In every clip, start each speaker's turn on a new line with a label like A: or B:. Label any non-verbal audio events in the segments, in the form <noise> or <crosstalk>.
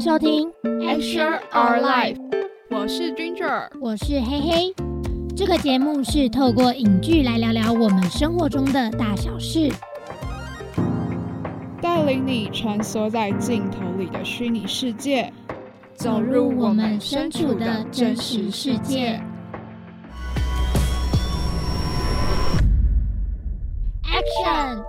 A: 收听
B: Extra Our Life，我是 Ginger，
A: 我是嘿嘿。这个节目是透过影剧来聊聊我们生活中的大小事。
B: 带领你穿梭在镜头里的虚拟世界，
A: 走入我们身处的真实世界。Action。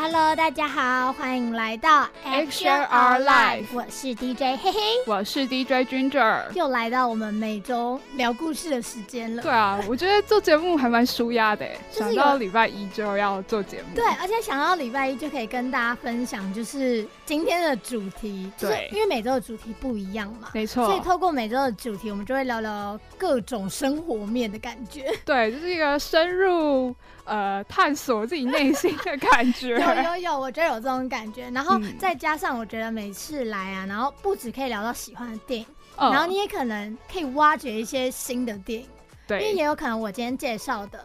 A: Hello，大家好，欢迎来到
B: Action Our Life
A: 我是 DJ 嘿嘿，
B: 我是 DJ Ginger。
A: 又来到我们每周聊故事的时间了
B: 对。啊，我觉得做节目还蛮舒压的诶，
A: 就是有
B: 想到礼拜一就要做节目。
A: 对，而且想到礼拜一就可以跟大家分享，就是今天的主题，就是
B: 对
A: 因为每周的主题不一样嘛，
B: 没
A: 所以
B: 错，
A: 透过每周的主题，我们就会聊聊各种生活面的感
B: <laughs>
A: 觉。
B: 对，就是一个深入呃探索自己内心的感觉。
A: <laughs> 有有有，我觉得有这种感觉。然后
B: 嗯
A: 再加上，我觉得每次来啊，然后不止可以聊到喜欢的电影，
B: 嗯
A: 然后你也可能可以挖掘一些新的电影，因为
B: 对
A: 也有可能我今天介绍的。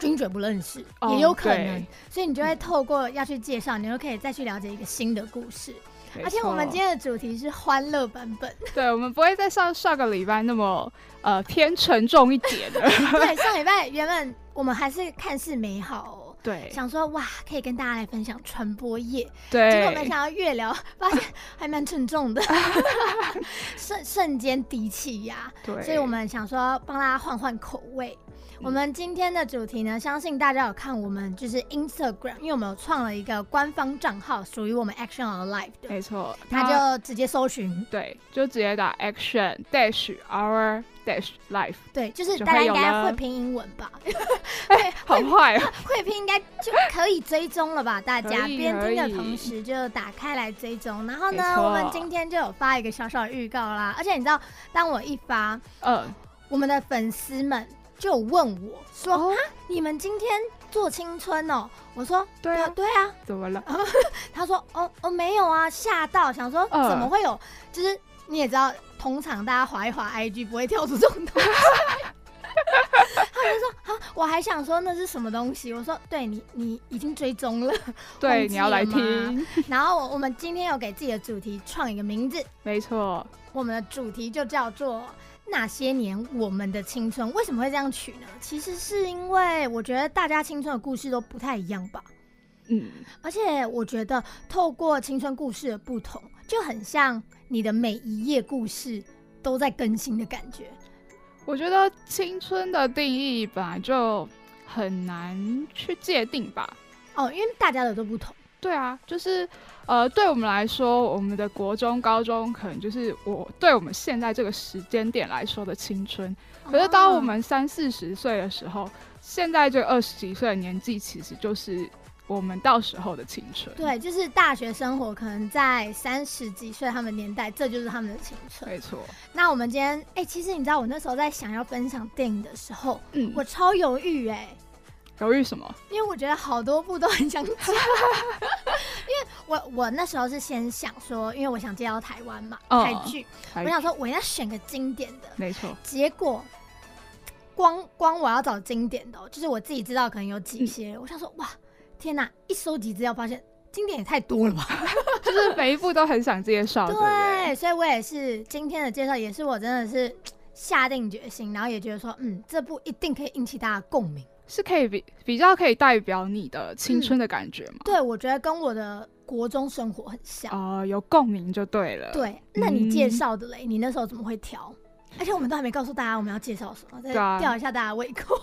A: 君爵不认识，
B: 哦
A: 也有可能
B: 对，
A: 所以你就会透过要去介绍，你就可以再去了解一个新的故事。
B: 没
A: 而且我们
B: 错
A: 今天的主题是欢乐版本，
B: <laughs> 对，我们不会再上上个礼拜那么呃偏沉重一点
A: <laughs>
B: 的。
A: 对，上礼拜原本我们还是看似美好哦，
B: 对
A: 想说哇，可以跟大家来分享传播业，结果没
B: 对
A: 想到越聊发现还蛮沉
B: <laughs>
A: 重的，瞬瞬间低气压，
B: 对，嗯
A: 所以我们想说帮大家换换口味。我们今天的主题呢，相信大家有看我们就是 Instagram，因为我们有创了一个官方账号，属于我们 Action on Life 的，
B: 没错，
A: 他
B: 它
A: 就直接搜寻
B: 对，就直接打 action dash our dash life， <laughs>
A: 对，就是
B: 就
A: 大家
B: 会
A: 应
B: 有
A: 该
B: 了
A: 会拼英文吧？
B: 好坏哦。
A: 会拼应该就可以追踪了吧？大家
B: 可以
A: 边听的
B: 可以
A: 同时就打开来追踪。然后
B: 没
A: 呢，
B: 错
A: 我们今天就有发一个小小的预告啦。而且你知道，当我一发，
B: 嗯，
A: 我们的粉丝们就有问我说：“
B: 哦
A: 啊、你们今天做青春哦？”我说：“
B: 对啊
A: 对啊。
B: 怎么了？”
A: 他说：“哦哦，没有啊，吓到，想说
B: 嗯
A: 怎么会有？就是你也知道，通常大家滑一滑 IG 不会跳出这种东西。”他们就说：“啊，我还想说那是什么东西？”我说：“对你，你已经追踪了。”
B: 对，
A: 忘
B: 你
A: 记
B: 要来
A: 了吗
B: 听，
A: 然后我我们今天有给自己的主题创一个名字，
B: 没错。
A: 我们的主题就叫做“那些年我们的青春”。为什么会这样取呢？其实是因为我觉得大家青春的故事都不太一样吧，
B: 嗯，
A: 而且我觉得透过青春故事的不同，就很像你的每一页故事都在更新的感觉。
B: 我觉得青春的定义本来就很难去界定吧。
A: 哦，因为大家的都不同，
B: 对啊，就是呃，对我们来说，我们的国中、高中可能就是我对我们现在这个时间点来说的青春。可是
A: 哦
B: 当我们三四十岁的时候，现在这二十几岁的年纪，其实就是我们到时候的青春。
A: 对，就是大学生活，可能在三十几岁他们年代，这就是他们的青春。
B: 没错，
A: 那我们今天，哎、其实你知道，我那时候在想要分享电影的时候，
B: 嗯，
A: 我超犹豫哎、
B: 犹豫什么？
A: 因为我觉得好多部都很想讲。 <laughs> 因为我我那时候是先想说，因为我想介绍台湾嘛，
B: 嗯
A: 台剧，
B: 台
A: 我想说我要选个经典的，
B: 没错，
A: 结果。光光我要找经典的哦、就是我自己知道可能有几些，
B: 嗯
A: 我想说哇，天哪！一收集资料发现经典也太多了吧？
B: 就是每一部都很想介 <laughs> 绍，对不对？
A: 对，所以我也是今天的介绍，也是我真的是下定决心，然后也觉得说，嗯，这部一定可以引起大家的共鸣。
B: 是可以比比较可以代表你的
A: 嗯
B: 青春的感觉嘛？
A: 对，我觉得跟我的国中生活很像。
B: 呃，有共鸣就对了。
A: 对，那你介绍的嘞，你那时候怎么会挑？而且我们都还没告诉大家我们要介绍什么，再
B: 对啊
A: 吊一下大家胃口。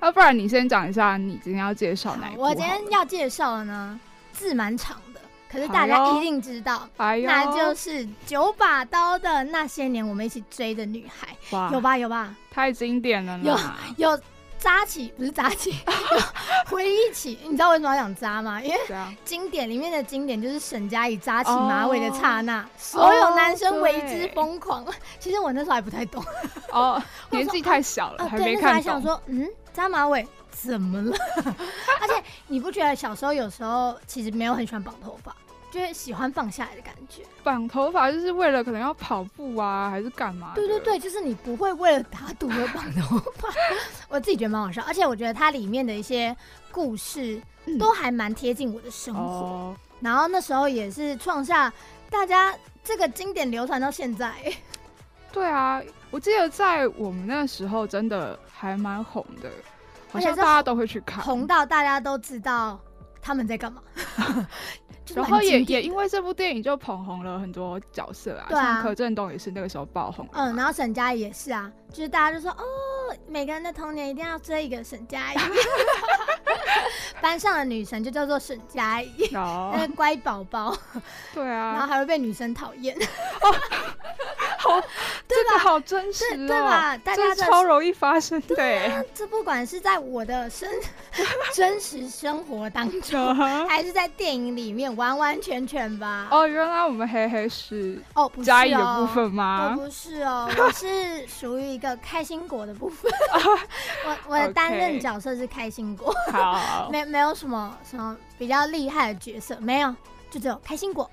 B: 要、不然你先讲一下你今天要介绍哪一部好了？
A: 我今天要介绍的呢，字蛮长的，可是
B: 好
A: 大家
B: 哟
A: 一定知道，
B: 哎呦，
A: 那就是九把刀的那些年我们一起追的女孩，
B: 哇，
A: 有吧？有吧？
B: 太经典了啦！
A: 有扎起，不是扎起， <laughs> 有回忆起。你知道为什么要讲扎吗？因为
B: 这样
A: 经典里面的经典就是沈佳宜扎起马尾的刹
B: 哦
A: 那，所有男生为之疯狂。 <laughs> 其实我那时候还不太懂， <laughs>
B: 哦，年纪太小了，
A: 啊，
B: 还
A: 对，
B: 没
A: 那时候
B: 看
A: 还想
B: 懂。
A: 说，嗯，扎马尾怎么了？ <laughs> 而且你不觉得小时候有时候其实没有很喜欢绑头发，就是喜欢放下来的感觉。
B: 绑头发就是为了可能要跑步啊，还是干嘛？
A: 对对，对，就是你不会为了打赌而绑头发， <laughs> 我自己觉得蛮好笑，而且我觉得它里面的一些故事
B: 嗯
A: 都还蛮贴近我的生活。
B: 哦，
A: 然后那时候也是创下大家这个经典流传到现在。
B: 对啊，我记得在我们那时候真的还蛮红的，好
A: 而且
B: 像
A: 是
B: 大家都会去看。
A: 红到大家都知道他们在
B: <laughs>
A: 干嘛，就是
B: 然
A: 蛮
B: 后也
A: 经典
B: 也因为这部电影就捧红了很多角色啊，
A: 对啊
B: 像柯震东也是那个时候爆红的嘛。
A: 嗯，然后沈佳宜也是啊，就是大家就说哦，每个人的童年一定要追一个沈佳宜， <laughs> 班上的女神就叫做沈佳宜， <laughs> 那
B: 有，
A: 个乖宝宝，
B: 对
A: 然后
B: 啊，
A: 还会被女生讨厌，
B: 这个好真实
A: 对
B: 哦，
A: 对吧？大家啊
B: 这
A: 的
B: 超容易发生的欸。
A: 这不管是在我的生 <laughs> 真实生活当
B: <laughs>
A: 中，还是在电影里面，完完全全吧。
B: 哦，原来我们黑黑是
A: 哦，不是
B: 嘉义的
A: 哦
B: 部，分
A: 我
B: 吗？
A: 不是哦，我是属于一个开心果的部分。 <laughs> 我我的担任
B: 哦 OK
A: 角色是开心果，
B: 好，
A: 没没有什么什么比较厉害的角色，没有，就只有开心
B: <laughs>
A: 果。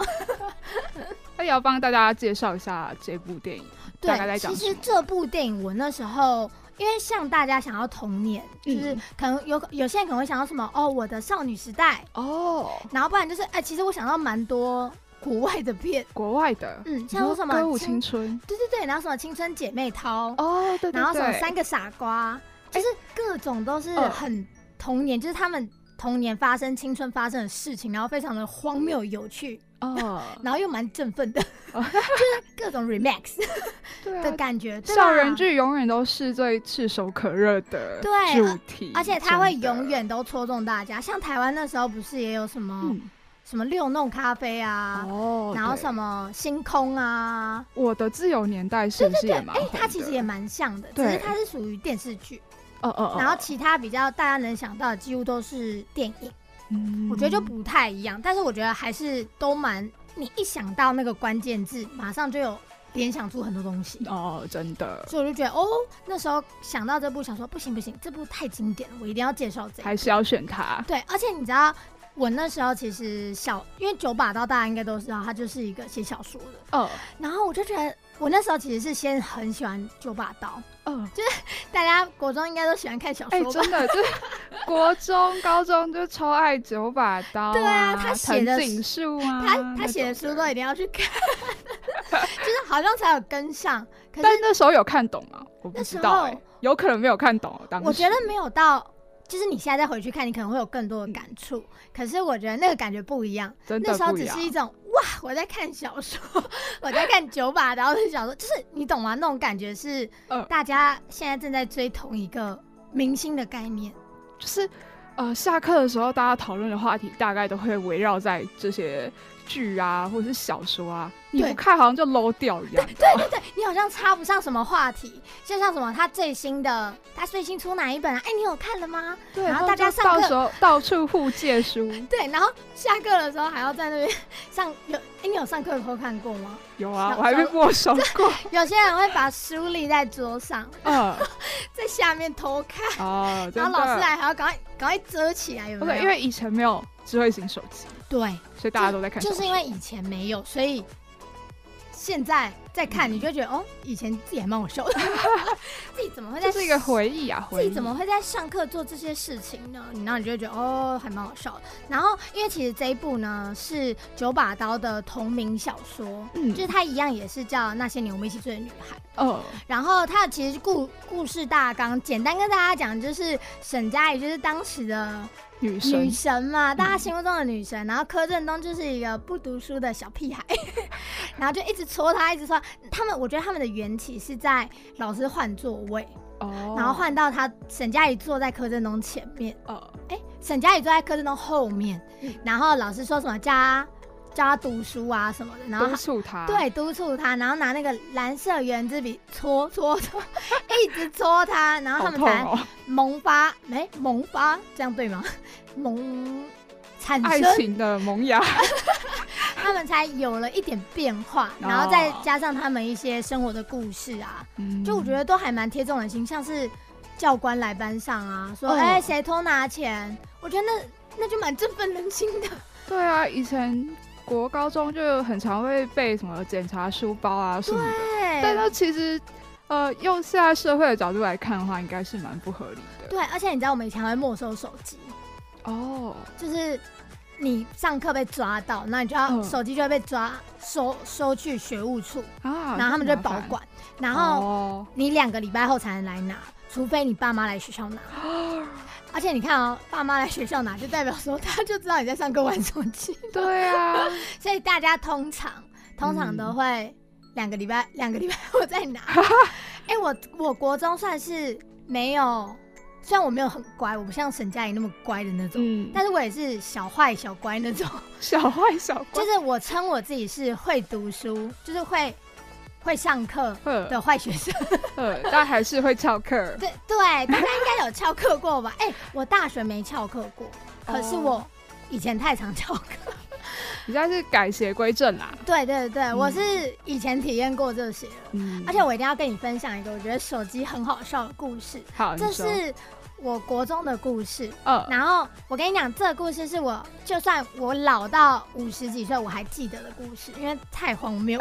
B: 那也要帮大家介绍一下这部电影。大概在
A: 对，
B: 讲
A: 其
B: 什
A: 实
B: 么
A: 这部电影我那时候。因为像大家想要童年，就是
B: 嗯
A: 可能有有些人可能会想到什么哦，我的少女时代，
B: 哦，
A: 然后不然就是哎、其实我想到蛮多国外的
B: <laughs>
A: 片，
B: 国外的，
A: 嗯，
B: 你
A: 像
B: 说
A: 是什么
B: 歌舞
A: 青
B: 青春
A: 对对对，然后什么青春姐妹淘，
B: 哦，对哎对
A: 然后什么
B: 对，
A: 三个傻瓜，就是各种都是
B: 嗯
A: 很童年，就是他们童年发生、青春发生的事情，然后非常的荒谬有趣，
B: 哦，
A: 然后又蛮振奋的，
B: <laughs> 哦
A: <laughs> 就是各种 remix
B: <laughs> 对
A: 的
B: 啊，
A: 感觉， <laughs> 对吧
B: 校园。剧永远都是最炙手可热的
A: 对
B: 主题，
A: 而且它会
B: 真的
A: 永远都戳中大家，像台湾那时候不是也有什么、
B: 嗯
A: 什么六弄咖啡啊，
B: 哦，
A: 然后
B: 对
A: 什么星空啊，
B: 我的自由年代是不是也蛮红的？
A: 它哎其实也蛮像的，只
B: 对
A: 是它是属于电视剧，
B: 哦哦，哦
A: 然后其他比较大家能想到的几乎都是电影，
B: 嗯
A: 我觉得就不太一样。但是我觉得还是都蛮，你一想到那个关键字，马上就有联想出很多东西。
B: 哦，真的
A: 所以我就觉得，哦，那时候想到这部，想说不行不行，这部太经典了，我一定要介绍这一部
B: 还是要选它。
A: 对，而且你知道，我那时候其实小，因为九把刀大家应该都知道，它就是一个写小说的。
B: 哦
A: 然后我就觉得，我那时候其实是先很喜欢九把刀，
B: 哦，
A: 大家国中应该都喜欢看小
B: 哎，
A: 说吧？
B: 真的，
A: <laughs>
B: 这国中、高中就超爱九把刀。
A: 对啊
B: 啊，
A: 他写的
B: 藤井树啊，
A: 他他写的
B: 那
A: 书
B: 种
A: 都一定要去看， <laughs> 就是好像才有跟上。可
B: 但
A: 是
B: 那时候有看懂吗？我不
A: 那时
B: 知
A: 候
B: 道，哎，有可能没有看懂。当时
A: 我觉得没有到，就是你现在再回去看，你可能会有更多的感触。可是我觉得那个感觉不一样，
B: 真
A: 那
B: 的
A: 时候
B: 不一
A: 只
B: 样
A: 是。一种哇，我在看小说， <laughs> 我在看九把刀的小说，就是你懂吗？那种感觉是
B: 嗯
A: 大家现在正在追同一个明星的概念。
B: 就是呃，下课的时候大家讨论的话题大概都会围绕在这些剧啊，或者是小说啊，你
A: 对
B: 不看好像就 low 掉一样。
A: 你好像插不上什么话题，就像什么他最新的，他最新出哪一本啊？哎，你有看了吗？
B: 对，
A: 然后
B: 他
A: 大
B: 们
A: 家
B: 就
A: 上
B: 到
A: 课
B: 时候到处互借书，
A: 对，然后下课的时候还要在那边上有，哎，你有上课的时候看过吗？
B: 有啊
A: <laughs> 小，
B: 我还被
A: 小
B: 没收过。
A: 有些人会把书立在桌上，
B: 嗯，
A: 在下面偷看，
B: 哦，真
A: 然
B: 的。
A: 后老师来还要赶快赶快遮起来，嗯有没有？
B: OK，因为以前没有智慧型手机，
A: 对，
B: 所以大家都在看小
A: 就
B: 说。
A: 是因为以前没有，所以现在再
B: 嗯
A: 看你就觉得、哦，以前自己还蛮好
B: <laughs>
A: 笑的， <laughs> 自己怎么会在
B: 这是一个回忆啊，
A: 自
B: 回忆
A: 己怎么会在上课做这些事情呢？然后你就会觉得哦，还蛮好笑的。然后因为其实这一部呢是九把刀的同名小说，
B: 嗯
A: 就是它一样也是叫《那些年我们一起追的女孩》。
B: 哦
A: 然后它的其实故故事大纲，简单跟大家讲，就是沈佳宜就是当时的
B: 女
A: 女
B: 生
A: 神嘛，大家
B: 嗯
A: 心目中的女神。然后柯震东就是一个不读书的小屁孩， <laughs> 然后就一直戳他，一直戳他。他们我觉得他们的缘起是在老师换座位，
B: 哦，
A: 然后换到他沈佳宜坐在柯震东前面，
B: 哦
A: 哎，沈佳宜坐在柯震东后面，
B: 嗯
A: 然后老师说什么叫他叫他读书啊什么的，然后
B: 督
A: 他
B: 促他，
A: 对，督促他，然后拿那个蓝色圆珠笔戳戳戳， <laughs> 一直戳他，然后
B: 好
A: 他们
B: 痛
A: 才
B: 哦，
A: 萌发，哎、萌发，这样对吗？ <laughs> 萌产
B: 爱
A: 生，
B: 情的萌
A: <laughs>
B: 芽，
A: 他们才有了一点变
B: 哦
A: 化，然后再加上他们一些生活的故事啊，
B: 嗯
A: 就我觉得都还蛮贴中人心，像是教官来班上啊，说
B: 哦
A: 哎谁、偷拿钱，我觉得那那就蛮振奋人心的。
B: 对啊，以前国高中就很常会被什么检查书包啊什么的，但
A: <laughs> 对
B: 是其实，呃，用现在社会的角度来看的话，应该是蛮不合理的。
A: 对，而且你知道我们以前还会没收手机，
B: 哦，
A: 就是你上课被抓到，那你就要
B: 嗯
A: 手机就会被抓收收去学务处，
B: 啊，
A: 然后他们就会保管，然后
B: 哦
A: 你两个礼拜后才能来拿，除非你爸妈来学校拿。而且你看哦，爸妈来学校拿，就代表说他就知道你在上课玩手机，
B: 对啊，
A: 所以大家通常通常都会两个礼拜两个礼拜后再拿。哎、我我国中算是没有，虽然我没有很乖，我不像沈佳宜那么乖的那种，
B: 嗯，
A: <laughs> 但是我也是小坏小乖那种。
B: 小坏小
A: 就
B: 怪，
A: 是我称我自己是会读书，就是会会上课
B: 呃
A: 的坏学生。
B: 呃，但还是会翘课。
A: 对对，大家应该有翘课过吧？哎、我大学没翘课过，可
B: 哦
A: 是我以前太常翘课。 <laughs>
B: 你现在是改邪归正啦，
A: 对对对，
B: 嗯
A: 我是以前体验过这些了，
B: 嗯
A: 而且我一定要跟你分享一个我觉得手机很好笑的故事，
B: 好，啊你
A: 这
B: 说
A: 是我国中的故事。
B: 呃，
A: 然后我跟你讲，这个故事是我就算我老到五十几岁，我还记得的故事，因为太荒谬。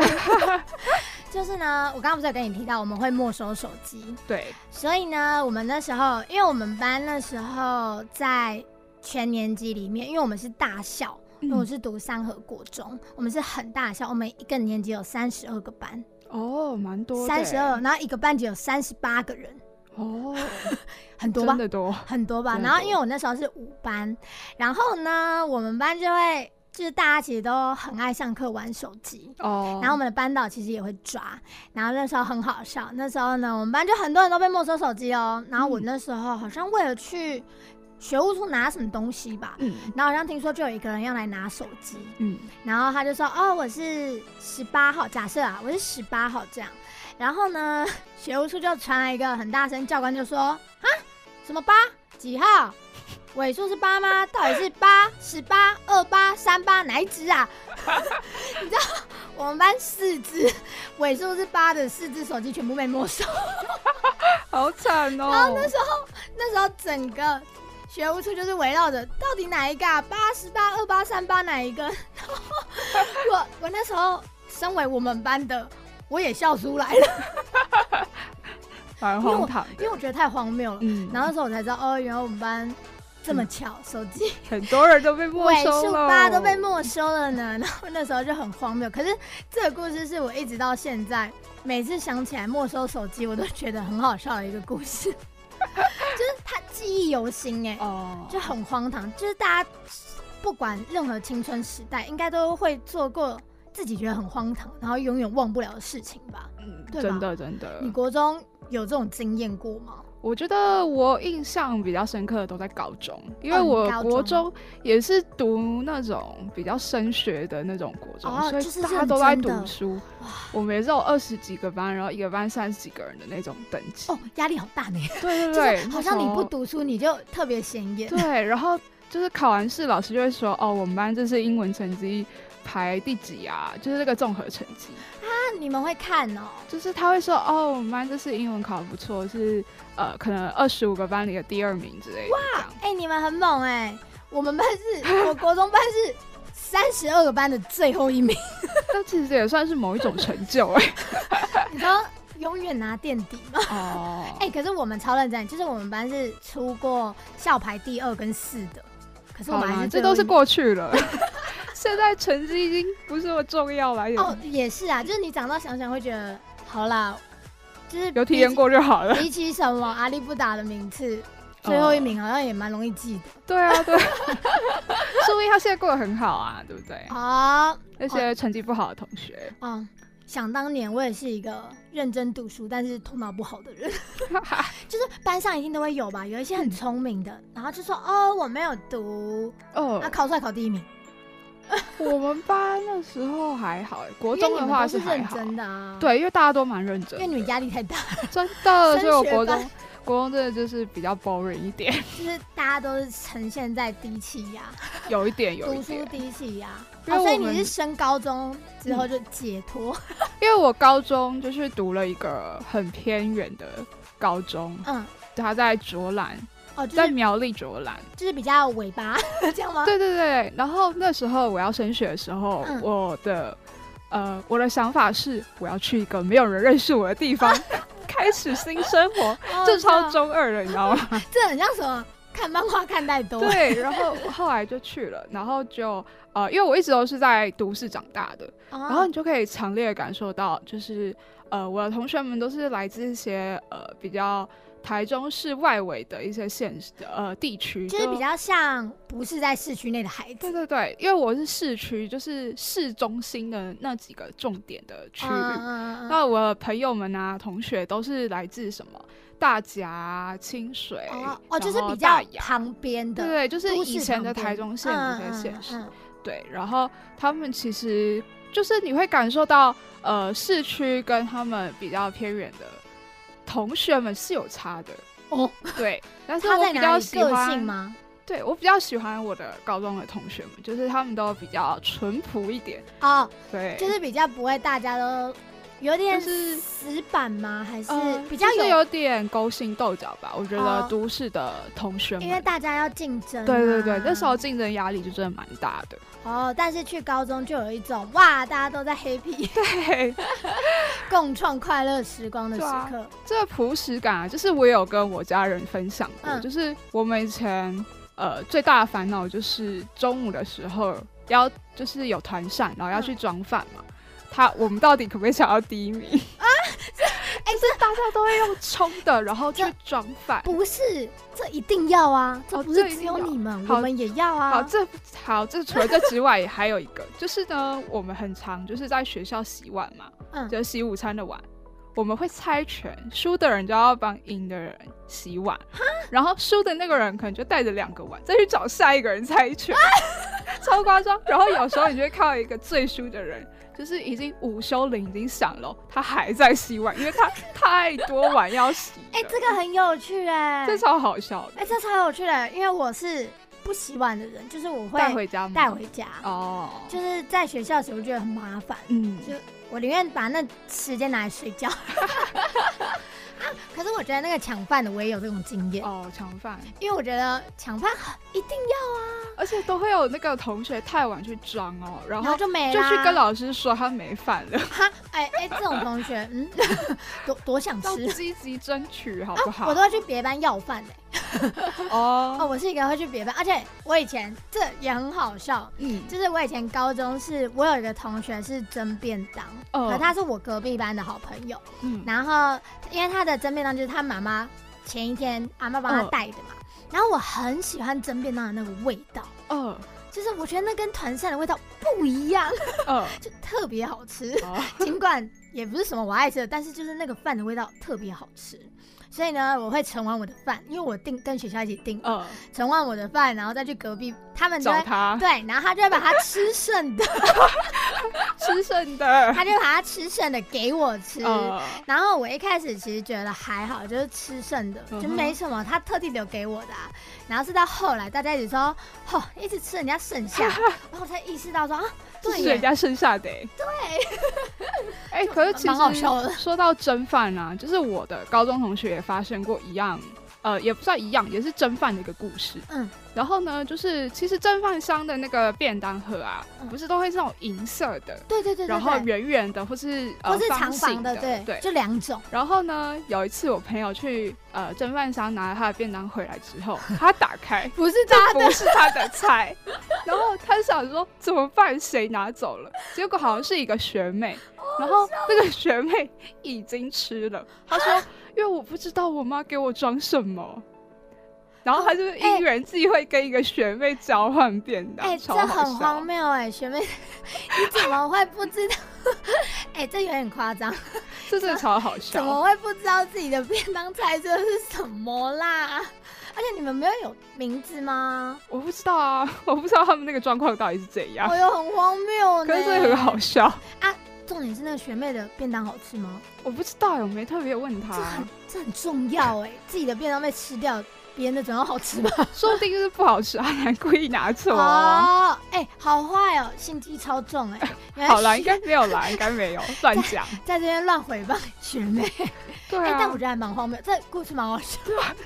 A: <laughs> 就是呢，我刚刚不是有跟你提到我们会没收手机，
B: 对，
A: 所以呢，我们那时候，因为我们班那时候在全年级里面，因为我们是大校，因为我
B: 嗯
A: 是读三合国中，我们是很大校，我们一个年级有三十二个班，
B: 哦，蛮多的欸，
A: 三十二，然后一个班级有三十八个人，
B: 哦，
A: 很 <laughs> 多吧
B: 真？的多，
A: 很多吧。
B: 真的
A: 然后
B: 多
A: 因为我那时候是五班，然后呢，我们班就会就是大家其实都很爱上课玩手机。
B: 哦，
A: 然后我们的班导其实也会抓，然后那时候很好笑。那时候呢，我们班就很多人都被没收手机哦。然后我
B: 嗯
A: 那时候好像为了去学务处拿什么东西吧，
B: 嗯
A: 然后好像听说就有一个人要来拿手机，
B: 嗯，
A: 然后他就说：“哦，我是十八号，假设啊，我是十八号这样。”然后呢，学务处就传来一个很大声，教官就说：“啊，什么八几号？尾数是八吗？到底是八、十八、二八、三八哪一只啊？” <laughs> 你知道我们班四只尾数是八的四只手机全部被没收。
B: 好惨
A: 然后
B: 哦，
A: 那时候，那时候整个学务处就是围绕着到底哪一个啊，八十八、二八、三八哪一个？然 <laughs> 后我我那时候身为我们班的，我也笑出来了， <laughs>
B: 蛮
A: 因为
B: 荒
A: 我
B: 唐
A: 因为
B: 的，
A: 我觉得太荒谬了。
B: 嗯，
A: 然后那时候我才知道，哦，原来我们班这么巧，手机
B: 很多人都被 <laughs> 没
A: 尾
B: 收
A: 数
B: 了，
A: 八都被没收了呢。然 <laughs> 后那时候就很荒谬。可是这个故事是我一直到现在，每次想起来没收手机，我都觉得很好笑的一个故事， <laughs> 就是它记忆犹新哎、
B: 哦，
A: 就很荒唐，就是大家不管任何青春时代，应该都会做过自己觉得很荒唐，然后永远忘不了的事情吧？
B: 嗯
A: 对
B: 真
A: 吧
B: 的真的，
A: 你国中有这种经验过吗？
B: 我觉得我印象比较深刻的都在高中，因为
A: 哦你
B: 我
A: 高
B: 国
A: 中
B: 中也是读那种比较升学的那种国中，
A: 哦
B: 所
A: 就是
B: 以大家都在
A: 认真
B: 读
A: 的
B: 书。我们也是有二十几个班，然后一个班三十几个人的那种等级。
A: 哦，压力好大呢，
B: 对对
A: 就
B: 对，
A: 是
B: 那
A: 好像
B: 时
A: 你不
B: 候
A: 读书你就特别显眼。
B: 对，然后就是考完试，老师就会说：“哦，我们班这次英文成绩排第几啊？”就是那个综合成绩，
A: 那你们会看哦，
B: 就是他会说：“哦，我们班这次英文考得不错，是呃可能二十五个班里的第二名之类的。”这样。
A: 哎、你们很猛哎、我们班是我国中班是三十二个班的最后 <laughs> 一名，
B: <laughs> 但其实也算是某一种成就哎、
A: 你知道永远拿垫底吗？
B: 哦，
A: 哎、可是我们超认真，就是我们班是出过校排第二跟四的，可是我
B: 好
A: 们还
B: 啦，
A: 是
B: 这
A: 最
B: 都
A: 后一
B: 是
A: 名
B: 过去
A: <laughs>
B: 了。现在成绩已经不是那么重要了，有
A: 哦，也是啊，就是你长大想想会觉得，好啦，就是
B: 有体验过就好了
A: 比。起。比起什么阿力不打的名次，最
B: 哦
A: 后一名好像也蛮容易记的。
B: 对啊， <laughs> 对，说不定他现在过得很好啊，对不对？
A: 好、哦，
B: 那些成绩不好的同
A: <laughs>
B: 学，
A: 嗯，想当年我也是一个认真读书，但是头脑不好的人， <laughs> 就是班上一定都会有吧，有一些
B: 嗯
A: 很聪明的，然后就说哦我没有读，
B: 哦
A: 啊，考出来考第一名，
B: 我们班那时候还好欸，国
A: 因为
B: 中
A: 你
B: 的
A: 们
B: 话
A: 都是
B: 还
A: 认
B: 好，
A: 真的啊，，
B: 对，因为大家都蛮认真的，
A: 因为你们压力太大，
B: 真的，
A: 升
B: 所以我
A: 学
B: 国
A: 班
B: 中国中真的就是比较 boring 一点，
A: 就是大家都是呈现在低气压。
B: 有一点，有
A: 读
B: 一
A: 书
B: 点。
A: 低气压，
B: 因为
A: 哦，所以
B: 我们嗯
A: 你是升高中之后就解脱，
B: 因为我高中就是读了一个很偏远的高中，
A: 嗯，
B: 他在卓兰，
A: 哦，就
B: 在
A: 是
B: 苗栗卓兰。
A: 就是比较尾巴这样吗？
B: 对对对，然后那时候我要升学的时候，
A: 啊嗯
B: 我的呃我的想法是我要去一个没有人认识我的
A: <laughs>
B: 地方，开始新生活，
A: 哦
B: 这超
A: 这
B: 中二的，你知道吗？
A: 这很像什么？看漫画看太多。
B: 对，然后后来就去了，然后就呃，因为我一直都是在都市长大的，
A: 然
B: 然后你就可以强烈地感受到，就是呃，我的同学们都是来自一些呃比较台中市外围的一些县市呃地区，
A: 就是比较像不是在市区内的孩
B: 对
A: 子。
B: 对对，因为我是市区，就是市中心的那几个重点的区域。
A: 嗯嗯嗯
B: 那我的朋友们啊，同学都是来自什么大甲啊、清水
A: 嗯哦哦，就是
B: 然后
A: 比
B: 大
A: 较
B: 雅
A: 旁边
B: 对
A: 的，
B: 对，就是
A: 都
B: 以
A: 市
B: 前
A: 旁
B: 的台
A: 边
B: 中县的那些县
A: 嗯
B: 市。
A: 嗯嗯
B: 对，然后他们其实就是你会感受到，呃，市区跟他们比较偏远的同学们是有差的。
A: 哦， <laughs>
B: 对，但是
A: 他
B: 我
A: 在
B: 比
A: 哪
B: 较
A: 里？
B: 喜
A: 个性
B: 欢，
A: 吗？
B: 对我比较喜欢我的高中的同学们，就是他们都比较淳朴一点。
A: 哦，
B: 对，
A: 就是比较不会大家都有点
B: 就是
A: 死板吗？还是
B: 呃
A: 比较
B: 就
A: 有？
B: 是有点勾心斗角吧。我觉
A: 哦
B: 得都市的同学
A: 因为
B: 们，
A: 大家要竞争、啊
B: 对对对，那时候竞争压力就真的蛮大
A: <laughs>
B: 的。
A: 哦，但是去高中就有一种哇，大家都在 happy <laughs>
B: 对，
A: 共创快乐时光的时
B: 啊
A: 刻。
B: 这个朴实感啊，就是我有跟我家人分享过，
A: 嗯
B: 就是我们以前呃最大的烦恼就是中午的时候要就是有团扇，然后要去装饭嘛。他我们到底可不可以抢到第一名？ <laughs> 啊，
A: 哎
B: 就是大家都会用冲的，然后去装饭。
A: 不是，这一定要啊，这
B: 哦
A: 不
B: 这
A: 是
B: 一
A: 只
B: 定
A: 有
B: 要
A: 你们，
B: 好
A: 我们也要
B: 好，
A: 啊。
B: 这好这除了这之外， <laughs> 还有一个就是呢，我们很常就是在学校洗碗嘛，
A: 嗯
B: 就是洗午餐的碗，我们会猜拳，输的人就要帮赢的人洗碗，然后输的那个人可能就带着两个碗再去找下一个人猜拳，
A: 啊
B: <laughs> 超夸张。然后有时候你就会看到一个最输的人。就是已经午休铃已经响了，他还在洗碗，因为
A: <laughs>
B: 他太多碗要洗了。
A: 哎、这个很有趣哎、
B: 这超好笑的
A: 哎、，这超有趣的，因为我是不洗碗的人，就是我会
B: 带回家吗？
A: 带回家，
B: 哦，
A: 就是在学校的时候觉得很麻烦，
B: 嗯
A: 就我宁愿把那时间拿来睡觉。 <laughs> 啊，可是我觉得那个抢饭的我也有这种经验，
B: 哦，抢饭，
A: 因为我觉得抢饭一定要啊，
B: 而且都会有那个同学太晚去装哦，然
A: 然
B: 后
A: 后就没
B: 就
A: 啦。
B: 去跟老师说他没饭了，
A: 哈，哎哎，这种
B: <laughs>
A: 同学，嗯，多多想
B: 要
A: 吃。
B: 积极争取好不好？
A: 啊我都会去别班要饭的、哦，
B: 哦，
A: 我是一个会去别班，而且我以前这也很好笑，
B: 嗯，
A: 就是我以前高中是我有一个同学是蒸便当，
B: 哦
A: 可他是我隔壁班的好朋友，
B: 嗯，
A: 然后因为他的蒸便当就是他妈妈前一天阿妈帮他
B: 嗯
A: 带的嘛，然后我很喜欢蒸便当的那个味道，
B: 哦，
A: 就是我觉得那跟团扇的味道不一样，
B: 哦，
A: 就特别好吃。
B: 哦 <laughs>
A: 尽管也不是什么我爱吃的，但是就是那个饭的味道特别好吃。所以呢，我会盛完我的饭，因为我订跟学校一起订，
B: 哦，
A: <laughs> 盛完我的饭，然后再去隔壁，他们就
B: 找
A: 会
B: 他
A: 对，然后他就会把他吃剩的， <laughs>
B: 吃剩的，
A: 他就把他吃剩的给我吃。
B: 哦，
A: 然后我一开始其实觉得还好，就是吃剩的，
B: 嗯哼
A: 就没什么，他特地留给我的、啊。然后是到后来大家一直说，吼、一直吃人家
B: <laughs>
A: 剩下，然后我才意识到说啊，
B: 这
A: 对
B: 是人
A: 耶，
B: 家剩下的欸，对，
A: <laughs>
B: 哎，可是其
A: 蛮好
B: 实
A: 笑的。
B: 说到蒸饭啊，就是我的高中同学也发生过一样，呃，也不算一样，也是蒸饭的一个故事。
A: 嗯，
B: 然后呢，就是其实蒸饭箱的那个便当盒啊，
A: 嗯
B: 不是都会是那种银色的，
A: 对对对对对。
B: 然后圆圆的，或是呃
A: 或是长
B: 形
A: 房的，对
B: 对。
A: 就两种。。
B: 然后呢，有一次我朋友去呃蒸饭箱拿了他的便当回来之后，他打开
A: <laughs> 不是
B: 这不是他的菜， <laughs> 然后他想说怎么办？谁拿走了？结果好像是一个学妹，然后那个学妹已经吃了。她
A: <laughs>
B: 说：“因为我不知道我妈给我装什么。”然后她就是
A: 哎
B: 因缘际会跟一个学妹交换便当，
A: 哎、
B: 超
A: 这
B: 好
A: 很
B: 笑
A: 荒谬哎、学妹， <laughs> 你怎么会不知道？ <laughs> 哎、这有点夸张，
B: 这真的超好
A: 怎
B: 笑。
A: 么会不知道自己的便当菜色是什么啦？而且你们没有有名字吗？
B: 我不知道啊，我不知道他们那个状况到底是怎样
A: 我，又很荒谬哦呢、
B: 啊可是这个很好笑。
A: 重点是那个学妹的便当好吃吗？
B: 我不知道，我没特别问
A: 这
B: 他
A: 很，这很重要哎、自己的便当被吃掉，别人的总要好吃吧？
B: 说不定就是不好吃，他还故意拿走 <laughs> 哦。
A: 哦，哎、好坏哦，心机超重哎、原来
B: <laughs> 好啦，
A: 学
B: 应该没有啦，应该没
A: <laughs>
B: 有乱讲。
A: 在这边乱诽谤学妹。
B: 对
A: 哎、
B: 啊，
A: 但我觉得还蛮荒谬，这故事蛮好笑，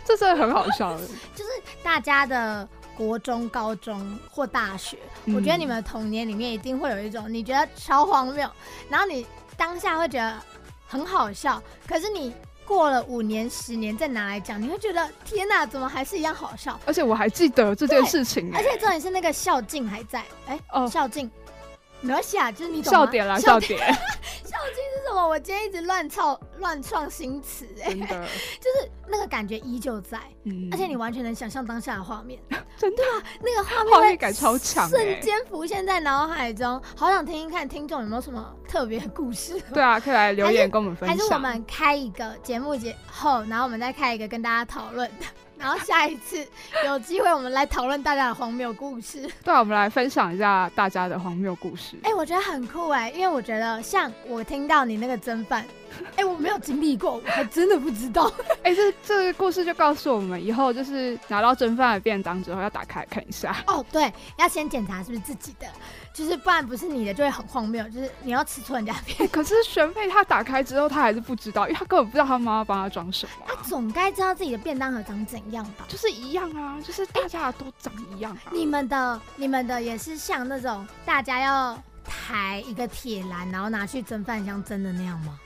B: 这真的很好
A: <laughs>
B: 笑的。
A: 就是大家的。国中、高中或大学，
B: 嗯
A: 我觉得你们的童年里面一定会有一种你觉得超荒谬，然后你当下会觉得很好笑，可是你过了五年、十年再拿来讲，你会觉得天哪，怎么还是一样好笑？
B: 而且我还记得这件事情、欸，
A: 而且重点是那个孝敬还在，哎、
B: 哦
A: 孝敬，没关系啊，就是你懂吗
B: 笑点啦，
A: 孝
B: 笑
A: 敬
B: 点，
A: <laughs> 是什么？我今天一直乱创乱创新词，哎，
B: 真的，
A: 就是那个感觉依旧在，
B: 嗯，
A: 而且你完全能想象当下的画面，
B: 真的啊
A: 那个画面
B: 画
A: 会
B: 面感超强、欸，
A: 瞬间浮现在脑海中，好想听听看听众有没有什么特别的故事。哦
B: 对啊，可以来留言跟我们分
A: 还
B: 享。
A: 是我们开一个节目节后，然后我们再开一个跟大家讨论的，然后下一
B: <laughs>
A: 次有机会我们来讨论大家的荒谬故事。
B: 对啊，我们来分享一下大家的荒谬故
A: <laughs>
B: 事。
A: 哎、我觉得很酷哎、因为我觉得像我听到你那个蒸饭，哎、我没有经历过，我还真的不知道。
B: 哎、这这个故事就告诉我们，以后就是拿到蒸饭的便当之后，要打开看一下。
A: 哦，对，要先检查是不是自己的，就是不然不是你的就会很荒谬，就是你要吃错人家的
B: 哎、可是璇妹她打开之后，她还是不知道，因为她根本不知道她妈妈帮她装什么
A: 他
B: 啊、
A: 总该知道自己的便当盒长怎样吧？
B: 就是一样啊，就是大家都长一样啊。
A: 你们的你们的也是像那种大家要抬一个铁篮，然后拿去蒸饭箱蒸的那样吗？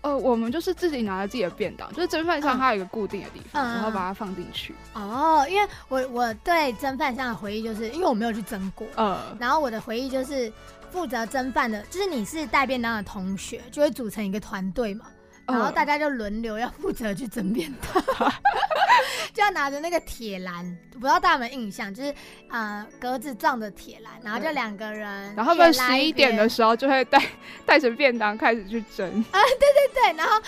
B: 呃，我们就是自己拿着自己的便当，就是蒸饭
A: 嗯
B: 上它有一个固定的地方，
A: 嗯嗯
B: 然后
A: 嗯
B: 把它放进去。
A: 哦，因为我我对蒸饭箱的回忆就是，因为我没有去蒸过，
B: 呃，
A: 然后我的回忆就是负责蒸饭的，就是你是带便当的同学，就会组成一个团队嘛。然后
B: 呃
A: 大家就轮流要负责去蒸 <laughs> 便当，就要拿着那个铁篮，不知道大家有没有印象，就是呃格子状的铁篮，然后就
B: 对
A: 两个人，
B: 然后他们十一点的时候就会带带着便当开始去
A: <laughs>
B: 蒸。
A: 对，然后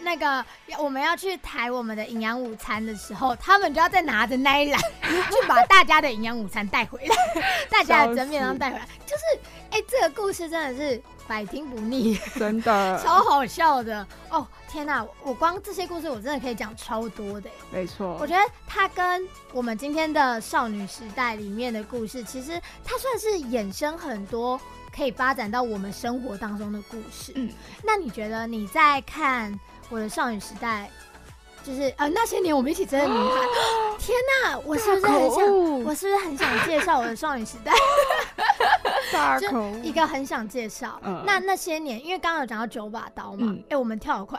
A: 那个要我们要去抬我们的营养午餐的时候，他们就要再拿着那一
B: <laughs>
A: 篮去把大家的营养午餐带回来，大家的
B: 笑
A: 蒸便当
B: 死
A: 带回来。就是，哎、这个故事真的是百听
B: <laughs>
A: 不腻，
B: 真的，
A: 超好笑的哦！天哪、我光这些故事我真的可以讲超多的。
B: 没错。
A: 我觉得它跟我们今天的少女时代里面的故事，其实它算是衍生很多可以发展到我们生活当中的故事。
B: 嗯，
A: 那你觉得你在看《我的少女时代》，就是呃那些年我们一起追的女孩， <gasps> 天哪，我是不是很想？
B: 想
A: 我是不是很想介绍我的少女时代？ <laughs>
B: 大
A: 就
B: 口
A: 一个很想介绍。
B: 嗯
A: 那那些年，因为刚刚有讲到九把刀嘛，哎、
B: 嗯
A: 我们跳
B: <laughs>
A: 好快，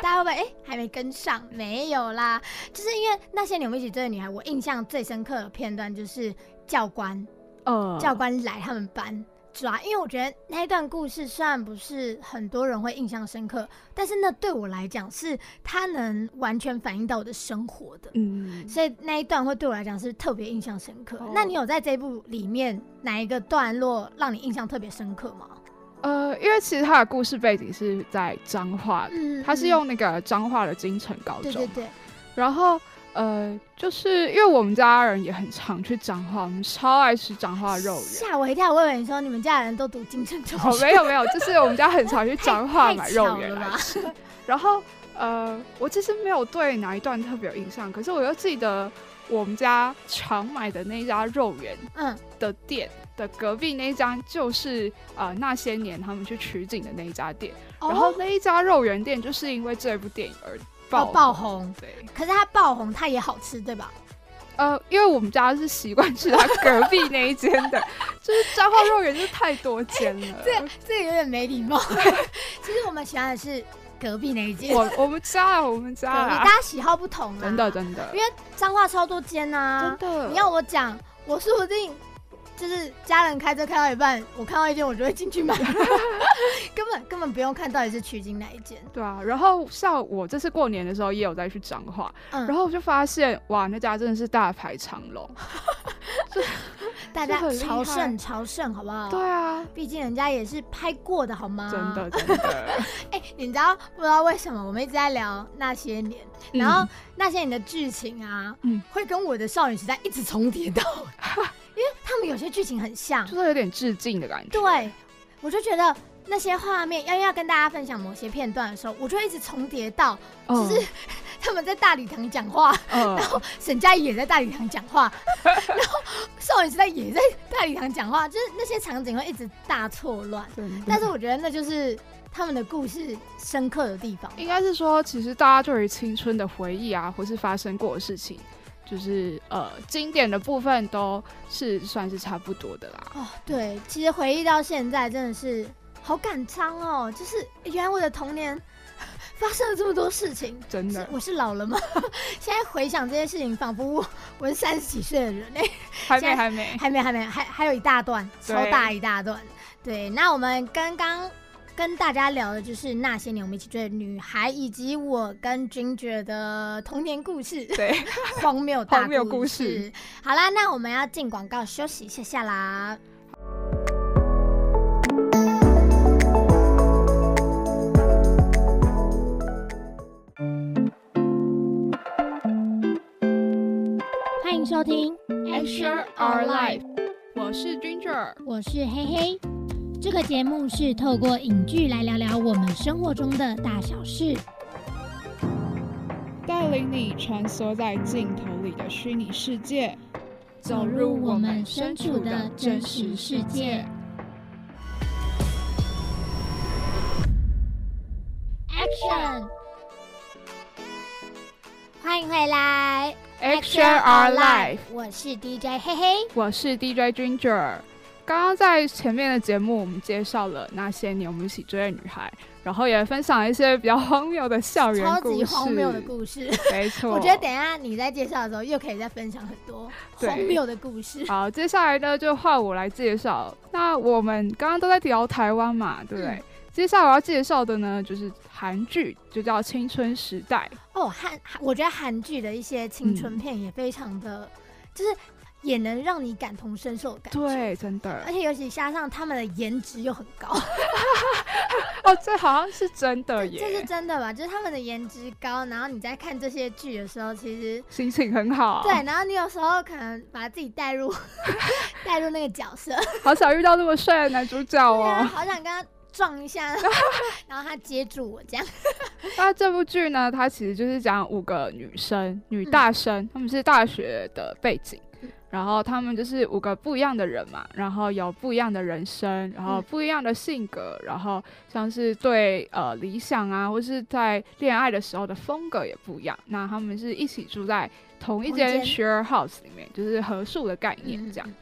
A: 大家会不会哎、还没跟上？没有啦，就是因为那些年我们一起追的女孩，我印象最深刻的片段就是教官，
B: 呃
A: 教官来他们班。抓，因为我觉得那一段故事虽然不是很多人会印象深刻，但是那对我来讲是它能完全反映到我的生活的。
B: 嗯，
A: 所以那一段会对我来讲是特别印象深刻。
B: 哦
A: 那你有在这部里面哪一个段落让你印象特别深刻吗？
B: 呃，因为其实他的故事背景是在彰化，
A: 嗯
B: 他啊是用那个彰化的金城高
A: 对
B: 中，
A: 对对，
B: 然后。呃，就是因为我们家人也很常去彰化，我们超爱吃彰化肉圆。
A: 吓我一跳！我以为你说你们家的人都读金城中
B: 哦，
A: 学，
B: 没有没有，就是我们家很常去
A: 太
B: 彰化
A: 太
B: 买
A: 巧
B: 肉圆
A: 了
B: 来
A: 吧？
B: 然后呃，我其实没有对哪一段特别有印象，可是我又记得我们家常买的那一家肉圆
A: 嗯，
B: 的店的隔壁那一家，就是呃那些年他们去取景的那一家店。然后
A: 哦
B: 那一家肉圆店就是因为这部电影而爆
A: 哦爆红。
B: 对，
A: 可是它爆红，它也好吃，对吧？
B: 呃，因为我们家是习惯吃
A: <laughs>
B: 他隔壁那一间的，
A: 哎
B: 就是彰化肉圆就是太多间了。
A: 这 <laughs> 这个有点没礼貌。 <laughs> 其实我们喜欢的是隔壁那一间，
B: 我我们家啊，我们家
A: 隔壁
B: 啊
A: 大，家喜好不同啊。
B: 真的，真的
A: 因为，彰化超多间呐、
B: 真的，
A: 你要我讲，我说不定就是家人开车开到一半，我看到一间我就会进去买， <laughs> 根本根本不用看到底是取经哪一间。
B: 对啊。然后像我这次过年的时候也有再去彰化，
A: 嗯，
B: 然后我就发现哇，那家真的是大排长龙。
A: 大家
B: 这很厉害
A: 朝圣朝圣好不好？啊
B: 对，啊，
A: 毕竟人家也是拍过的好吗？
B: 真。的真
A: <laughs>
B: 的。
A: 哎、你知道不知道为什么我们一直在聊那些年，然
C: 嗯
A: 后那些年的剧情啊，
B: 嗯
A: 会跟我的少女时代一直重叠到，因为他们有些剧情很像
B: 嗯。就是有点致敬的感觉。
A: 对，啊我就觉得那些画面要要跟大家分享某些片段的时候，我就会一直重叠到
B: 嗯，
A: 就是他们在大礼堂讲话，
B: 嗯
A: <laughs> 然后沈佳宜也在大礼堂讲话，然后少女时代也在大礼堂讲话，就是那些场景会一直大错乱。
B: 真的
A: 但是我觉得那就是他们的故事深刻的地方。
B: 应该是说，其实大家对于青春的回忆啊，或是发生过的事情，就是呃经典的部分都是算是差不多的啦。
A: 哦，对，其实哎回忆到现在真的是好感伤哦，就是原来我的童年发生了这么多事情，
B: 真
A: 是
B: 的
A: 我是老了吗？ <laughs> 现在回想这些事情，仿佛我我是三十几岁的人哎、
B: 还
A: 现在
B: 没还没，
A: 还没还没还还有一大段，
B: 对
A: 超大一大段。对，那我们刚刚跟大家聊的就是那些年我们一起追的女孩，以及我跟 Ginger 的童年故事。
B: 对，
A: <laughs> 荒谬大
B: 荒谬
A: 故
B: 故事。
A: 好啦，那我们要进广告休息一下下啦。
C: 欢迎收听
B: Extra Our Life 我是 Ginger，
C: 我是嘿嘿。这个节目是透过影剧来聊聊我们生活中的大小事。
B: 带领你穿梭在镜头里的虚拟世界，
C: 走入我们身处的真实世界。Action！
A: 欢迎回来
B: Extra Our Life。
A: 我是 DJ 嘿嘿。
B: 我是 DJ Ginger。刚刚在前面的节目，我们介绍了那些年我们一起追的女孩，然后也分享一些比较荒谬的校园
A: 超
B: 故事，
A: 级荒谬的故事，
B: 没错。
A: 我觉得等一下你在介绍的时候，又可以再分享很多
B: 对
A: 荒谬的故事。
B: 好，接下来呢就换我来介绍。那我们刚刚都在聊台湾嘛，对不对？
A: 嗯
B: 接下来我要介绍的呢就是韩剧，就叫《青春时代》。
A: 哦，韩，韩我觉得韩剧的一些青春片也非常的，就是也能让你感同身受的感觉。，
B: 对，真的
A: 而且尤其加上他们的颜值又很高，
B: 哦，这好像是真的
A: 这是
B: 耶，
A: 真的吧？就是他们的颜值高，然后你在看这些剧的时候，其实
B: 心情很好。
A: 对，，然后你有时候可能把自己带入 <laughs> 带入那个角色，
B: 好想遇到那么帅的男主角
A: 对啊，
B: 哦。
A: 好想跟他撞一下，然后然后他接住我这样。
B: <laughs> 那这部剧呢，它其实就是讲五个女生，女大生，她们是大学的背景
A: 嗯，
B: 然后她们就是五个不一样的人嘛，然后有不一样的人生，然后
A: 嗯
B: 不一样的性格，然后像是对呃理想啊，或是在恋爱的时候的风格也不一样。那她们是一起住在同一
A: 同间
B: 间 share house 里面，就是合宿的概念这样。
A: 嗯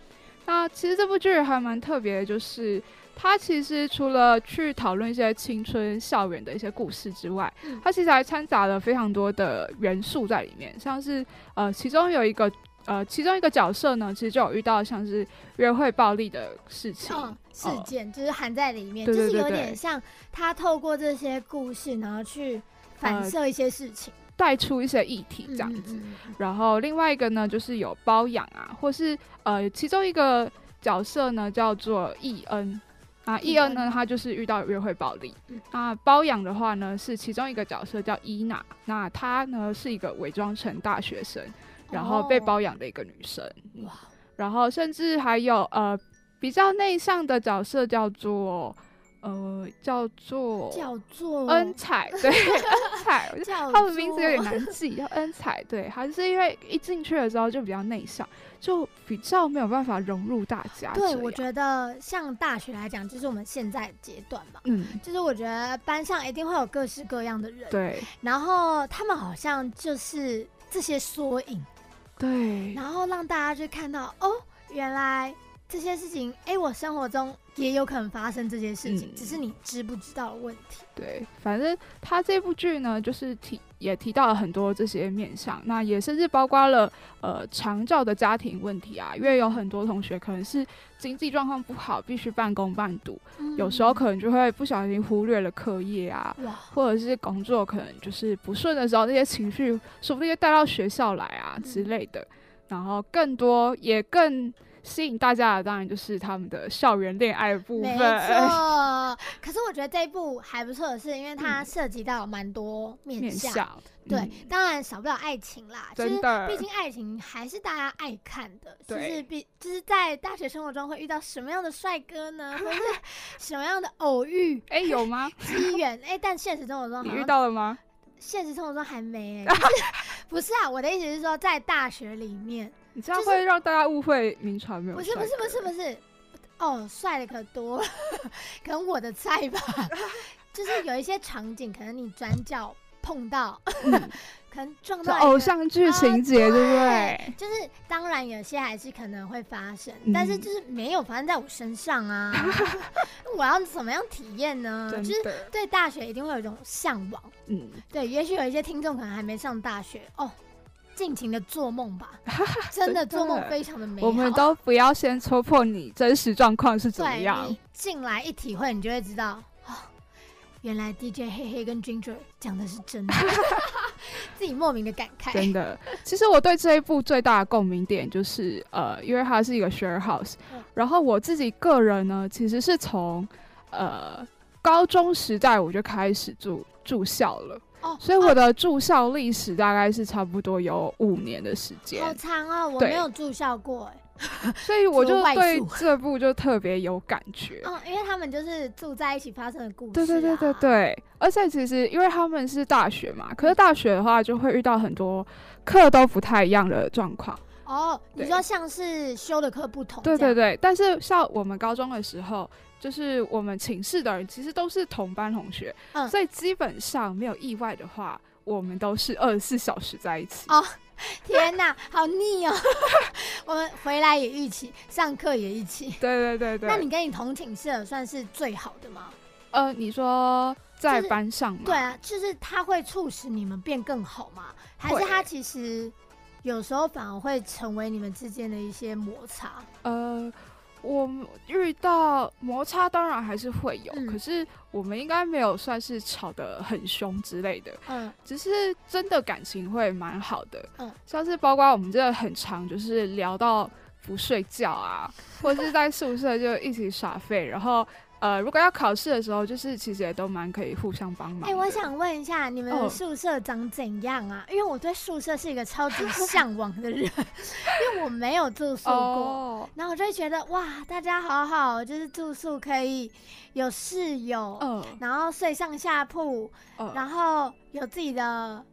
B: 那其实这部剧还蛮特别的，就是它其实除了去讨论一些青春校园的一些故事之外
A: 嗯，
B: 它其实还掺杂了非常多的元素在里面，像是呃，其中有一个呃，其中一个角色呢，其实就有遇到像是约会暴力的事情，
A: 嗯，事件就是含在里面，
B: 哦对对
A: 就是有
B: 对对
A: 点像他透过这些故事，然后去反
B: 呃
A: 射一些事情，
B: 带出一些议题这样子。
A: 嗯。嗯嗯
B: 然后另外一个呢，就是有包养啊，或是呃，其中一个角色呢叫做易恩。啊，
A: 易
B: 易恩
A: 恩
B: 呢，他就是遇到约会暴力。
A: 嗯
B: 那包养的话呢，是其中一个角色叫伊娜，那她呢是一个伪装成大学生，然后被
A: 哦
B: 包养的一个女生。嗯
A: 哇
B: 然后甚至还有呃比较内向的角色叫做呃叫做
A: 叫做
B: 恩彩，
A: <laughs>
B: 对恩彩，我就
A: 叫
B: 嗯他们名字有点
A: <laughs> 做
B: 难记，叫恩彩，对，还是因为一进去了之后就比较内向，就比较没有办法融入大家。
A: 对，我
B: 得，
A: 觉得像大学来讲，就是我们现在阶段嘛，
B: 嗯，
A: 就是我觉得班上一定会有各式各样的人，
B: 对
A: 然后他们好像就是这些缩影，
B: 对
A: 然后让大家去看到哦，原来这些事情，哎，我生活中也有可能发生这些事情，
B: 嗯
A: 只是你知不知道的问题。
B: 对，反正他这部剧呢，就是提也提到了很多这些面向，那也甚至包括了呃长照的家庭问题啊，因为有很多同学可能是经济状况不好，必须半工半读，有时候可能就会不小心忽略了课业啊，
A: 能嗯哇，
B: 或者是工作可能就是不顺的时候，那些情绪说不定就带到学校来啊
A: 嗯
B: 之类的。然后更多也更吸引大家的，当然就是他们的校园恋爱部
A: 没
B: 分。
A: 错。可是我觉得这一部还不错的是，因为它涉及到蛮多
B: <laughs>
A: 面
B: 嗯面
A: 向，
B: 向
A: 对，
B: 嗯
A: 当然少不了爱情啦，其实
B: 真的
A: 毕竟爱情还是大家爱看的，就是
B: 对
A: 毕就是在大学生活中会遇到什么样的帅哥呢，或
B: <laughs>
A: 者是什么样的偶遇
B: 哎、有
A: <laughs>
B: 吗？
A: 机缘？哎、但现实生活中
B: 你
A: 好
B: 遇
A: 像
B: 到了吗？
A: 现实生活中
B: <laughs>
A: 还没、哎，就是不是啊，我的意思是说，在大学里面，
B: 你这样
A: 就是
B: 会让大家误会名传没有？
A: 不是不是不是不
B: 是，
A: 是，哦，帅的可多了，可能我的
B: <laughs>
A: 菜吧，就是有一些场景，可能你转角碰到。可能
B: 嗯
A: 撞
B: 是
A: 到一个
B: 偶像剧情节，对不对
A: 对？就是当然有些还是可能会发生，
B: 嗯
A: 但是就是没有发生在我身
B: <laughs>
A: 上啊。我要怎么样体验呢？
B: 真
A: 嗯就是
B: 的，
A: 对大学一定会有一种向往。
B: 嗯，
A: 对，也许有一些听众可能还没上大学哦，尽情的做
B: <laughs>
A: 梦吧，真
B: 真
A: 的
B: 的
A: 做梦非常的美好。
B: 我们都不要先戳破你真实状况是怎么
A: 对
B: 样
A: 你。进来一体会，你就会知道哦，原来 DJ 黑黑跟 Ginger 讲的是真
B: <laughs>
A: 的，自己莫名的感慨。
B: 真的，其实我对这一部最大的共鸣点就是，呃，因为它是一个 share house，、
A: 嗯
B: 然后我自己个人呢，其实是从呃高中时代我就开始住住校了，
A: 哦，
B: 所以我
A: 哦
B: 的住校历史大概是差不多有五年的时间，
A: 好长哦，我
B: 对
A: 没有住校过哎。
B: 所以我
A: 除了
B: 就
A: 外
B: 对
A: 宿
B: 这部就特别有感觉。
A: 嗯，因为他们就是住在一起发生的故事、啊。
B: 对
A: 嗯
B: 对对对对，而且其实因为他们是大学嘛，可是大学的话就会遇到很多课都不太一样的状况。
A: 哦，你
B: 对
A: 说像是修的课不同。
B: 对
A: 这样
B: 对对，但是像我们高中的时候，就是我们寝室的人其实都是同班同学，
A: 嗯
B: 所以基本上没有意外的话，我们都是二十四小时在一起。
A: 哦天哪，好腻哦！ <laughs> 我们回来也一起，上课也一起。
B: 对对对对，
A: 那你跟你同寝室的算是最好的吗？
B: 呃，你说在
A: 就是
B: 班上吗？
A: 对啊，就是他会促使你们变更好吗？还是
B: 会
A: 他其实有时候反而会成为你们之间的一些摩擦？
B: 呃，我们遇到摩擦当然还是会有，
A: 嗯
B: 可是我们应该没有算是吵得很凶之类的，
A: 嗯，
B: 只是真的感情会蛮好的。
A: 嗯
B: 像是包括我们这很长，就是聊到不睡觉啊， <laughs> 或者是在宿舍就一起耍废，然后。呃，如果要考试的时候，就是其实也都蛮可以互相帮忙。
A: 哎、我，想问一下，你们的
B: 哦
A: 宿舍长怎样啊？因为我对宿舍是一个超级向往的
B: <laughs>
A: 人，因为我没有住宿过。
B: 哦，
A: 然后我就会觉得哇，大家好好，就是住宿可以有室友，
B: 嗯，
A: 然后睡上下铺，
B: 嗯
A: 然后有自己的，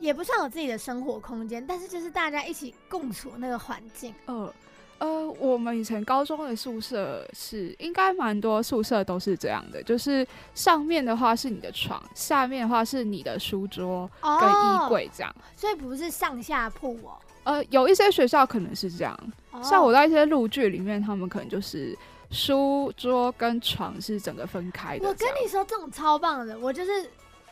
A: 也不算有自己的生活空间，但是就是大家一起共处那个环境。
B: 呃呃，我们以前高中的宿舍是应该蛮多宿舍都是这样的，就是上面的话是你的床，下面的话是你的书桌跟衣，柜这样。
A: 哦所以不是上下铺哦。
B: 呃，有一些学校可能是这样，
A: 哦
B: 像我在一些录剧里面，他们可能就是书桌跟床是整个分开的。
A: 我跟你。说，这种超棒的，我就是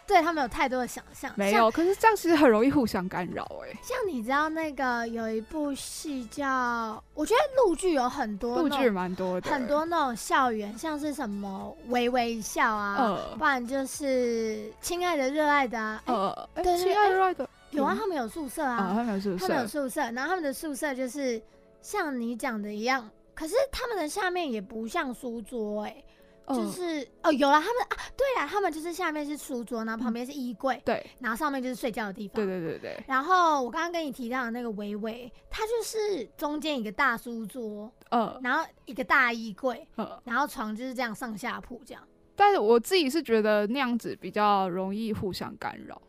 A: 对他们有太多的想象。
B: 没
A: 像
B: 有，可是这样其实很容易互相干扰哎、
A: 像你知道那个有一部戏叫，我觉得陆剧有很多
B: 录
A: 那种
B: 剧蛮多的，欸
A: 很多那种校园，像是什么微微一笑啊，
B: 呃
A: 不然就是亲爱的热爱的啊，哎
B: 呃，哎
A: 对对
B: 亲爱的的
A: 有啊，
B: 嗯
A: 他们有宿舍
B: 啊，
A: 啊，
B: 他们有宿
A: 他们有
B: 舍，
A: 宿舍，然后他们的宿舍就是像你讲的一样，可是他们的下面也不像书桌、哎、就
B: 嗯
A: 是哦，有了他们啊，对啦，他们就是下面是书桌，然后旁边是衣柜，
B: 对
A: 然后上面就是睡觉的地方，
B: 嗯对对对对，
A: 然后我刚刚跟你提到的那个维维，它就是中间一个大书桌，
B: 呃
A: 然后一个大衣柜，
B: 呃，
A: 然后床就是这样上下铺这样。
B: 但是我自己是觉得那样子比较容易互相干扰。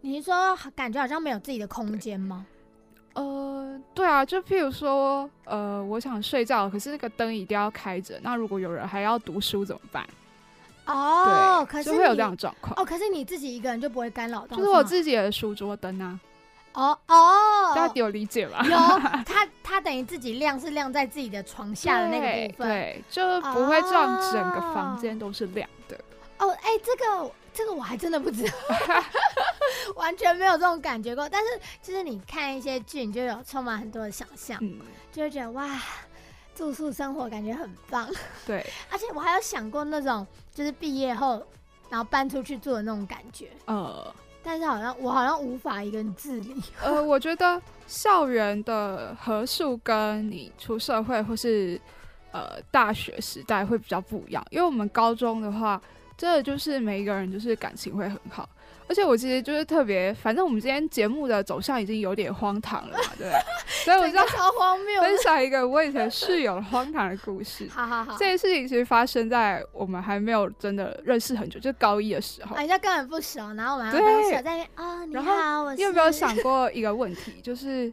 A: 你是说感觉好像没有自己的空间吗？哦
B: 呃，对啊，就譬如说，呃，我想睡觉，可是那个灯一定要开着。那如果有人还要读书怎么办？对，
A: 哦，可是
B: 就会有
A: 你
B: 这样的状况。
A: 哦，可是你自己一个人就不会干扰到
B: 就
A: 吗，
B: 是我自己的书桌灯啊，
A: 哦哦，
B: 大家有理解吧？
A: 有
B: <laughs>
A: 他他等于自己亮是亮在自己的床下的那个
B: 对
A: 部分。
B: 对，就不会让整个房间都是亮的。
A: 哦，哎、这个这个我还真的不
B: <laughs>
A: 知道，完全没有这种感觉过。但是就是你看一些剧，你就有充满很多的想象，
B: 嗯，
A: 就会觉得哇。住宿生活感觉很棒，
B: 对，
A: 而且我还有想过那种，就是毕业后然后搬出去住的那种感觉。
B: 呃
A: 但是好像我好像无法一个人自理。
B: 呃，我觉得校园的合宿跟你出社会或是呃大学时代会比较不一样，因为我们高中的话，真的就是每一个人就是感情会很好。而且我其实就是特别，反正我们今天节目的走向已经有点荒唐了嘛，对不对，所以 <laughs> 我
A: <laughs> 整
B: 就
A: 个
B: 要
A: 超荒谬的。
B: 分享一个我以前室友荒唐的故事。
A: 好好好，
B: 这件事情其实发生在我们还没有真的认识很久，就高一的时候
A: 啊，。人家根本不熟，然后我们还
B: 对
A: 当小在那边啊、你
B: 然后
A: 好，我是
B: 你有没有？想过一个问题，就是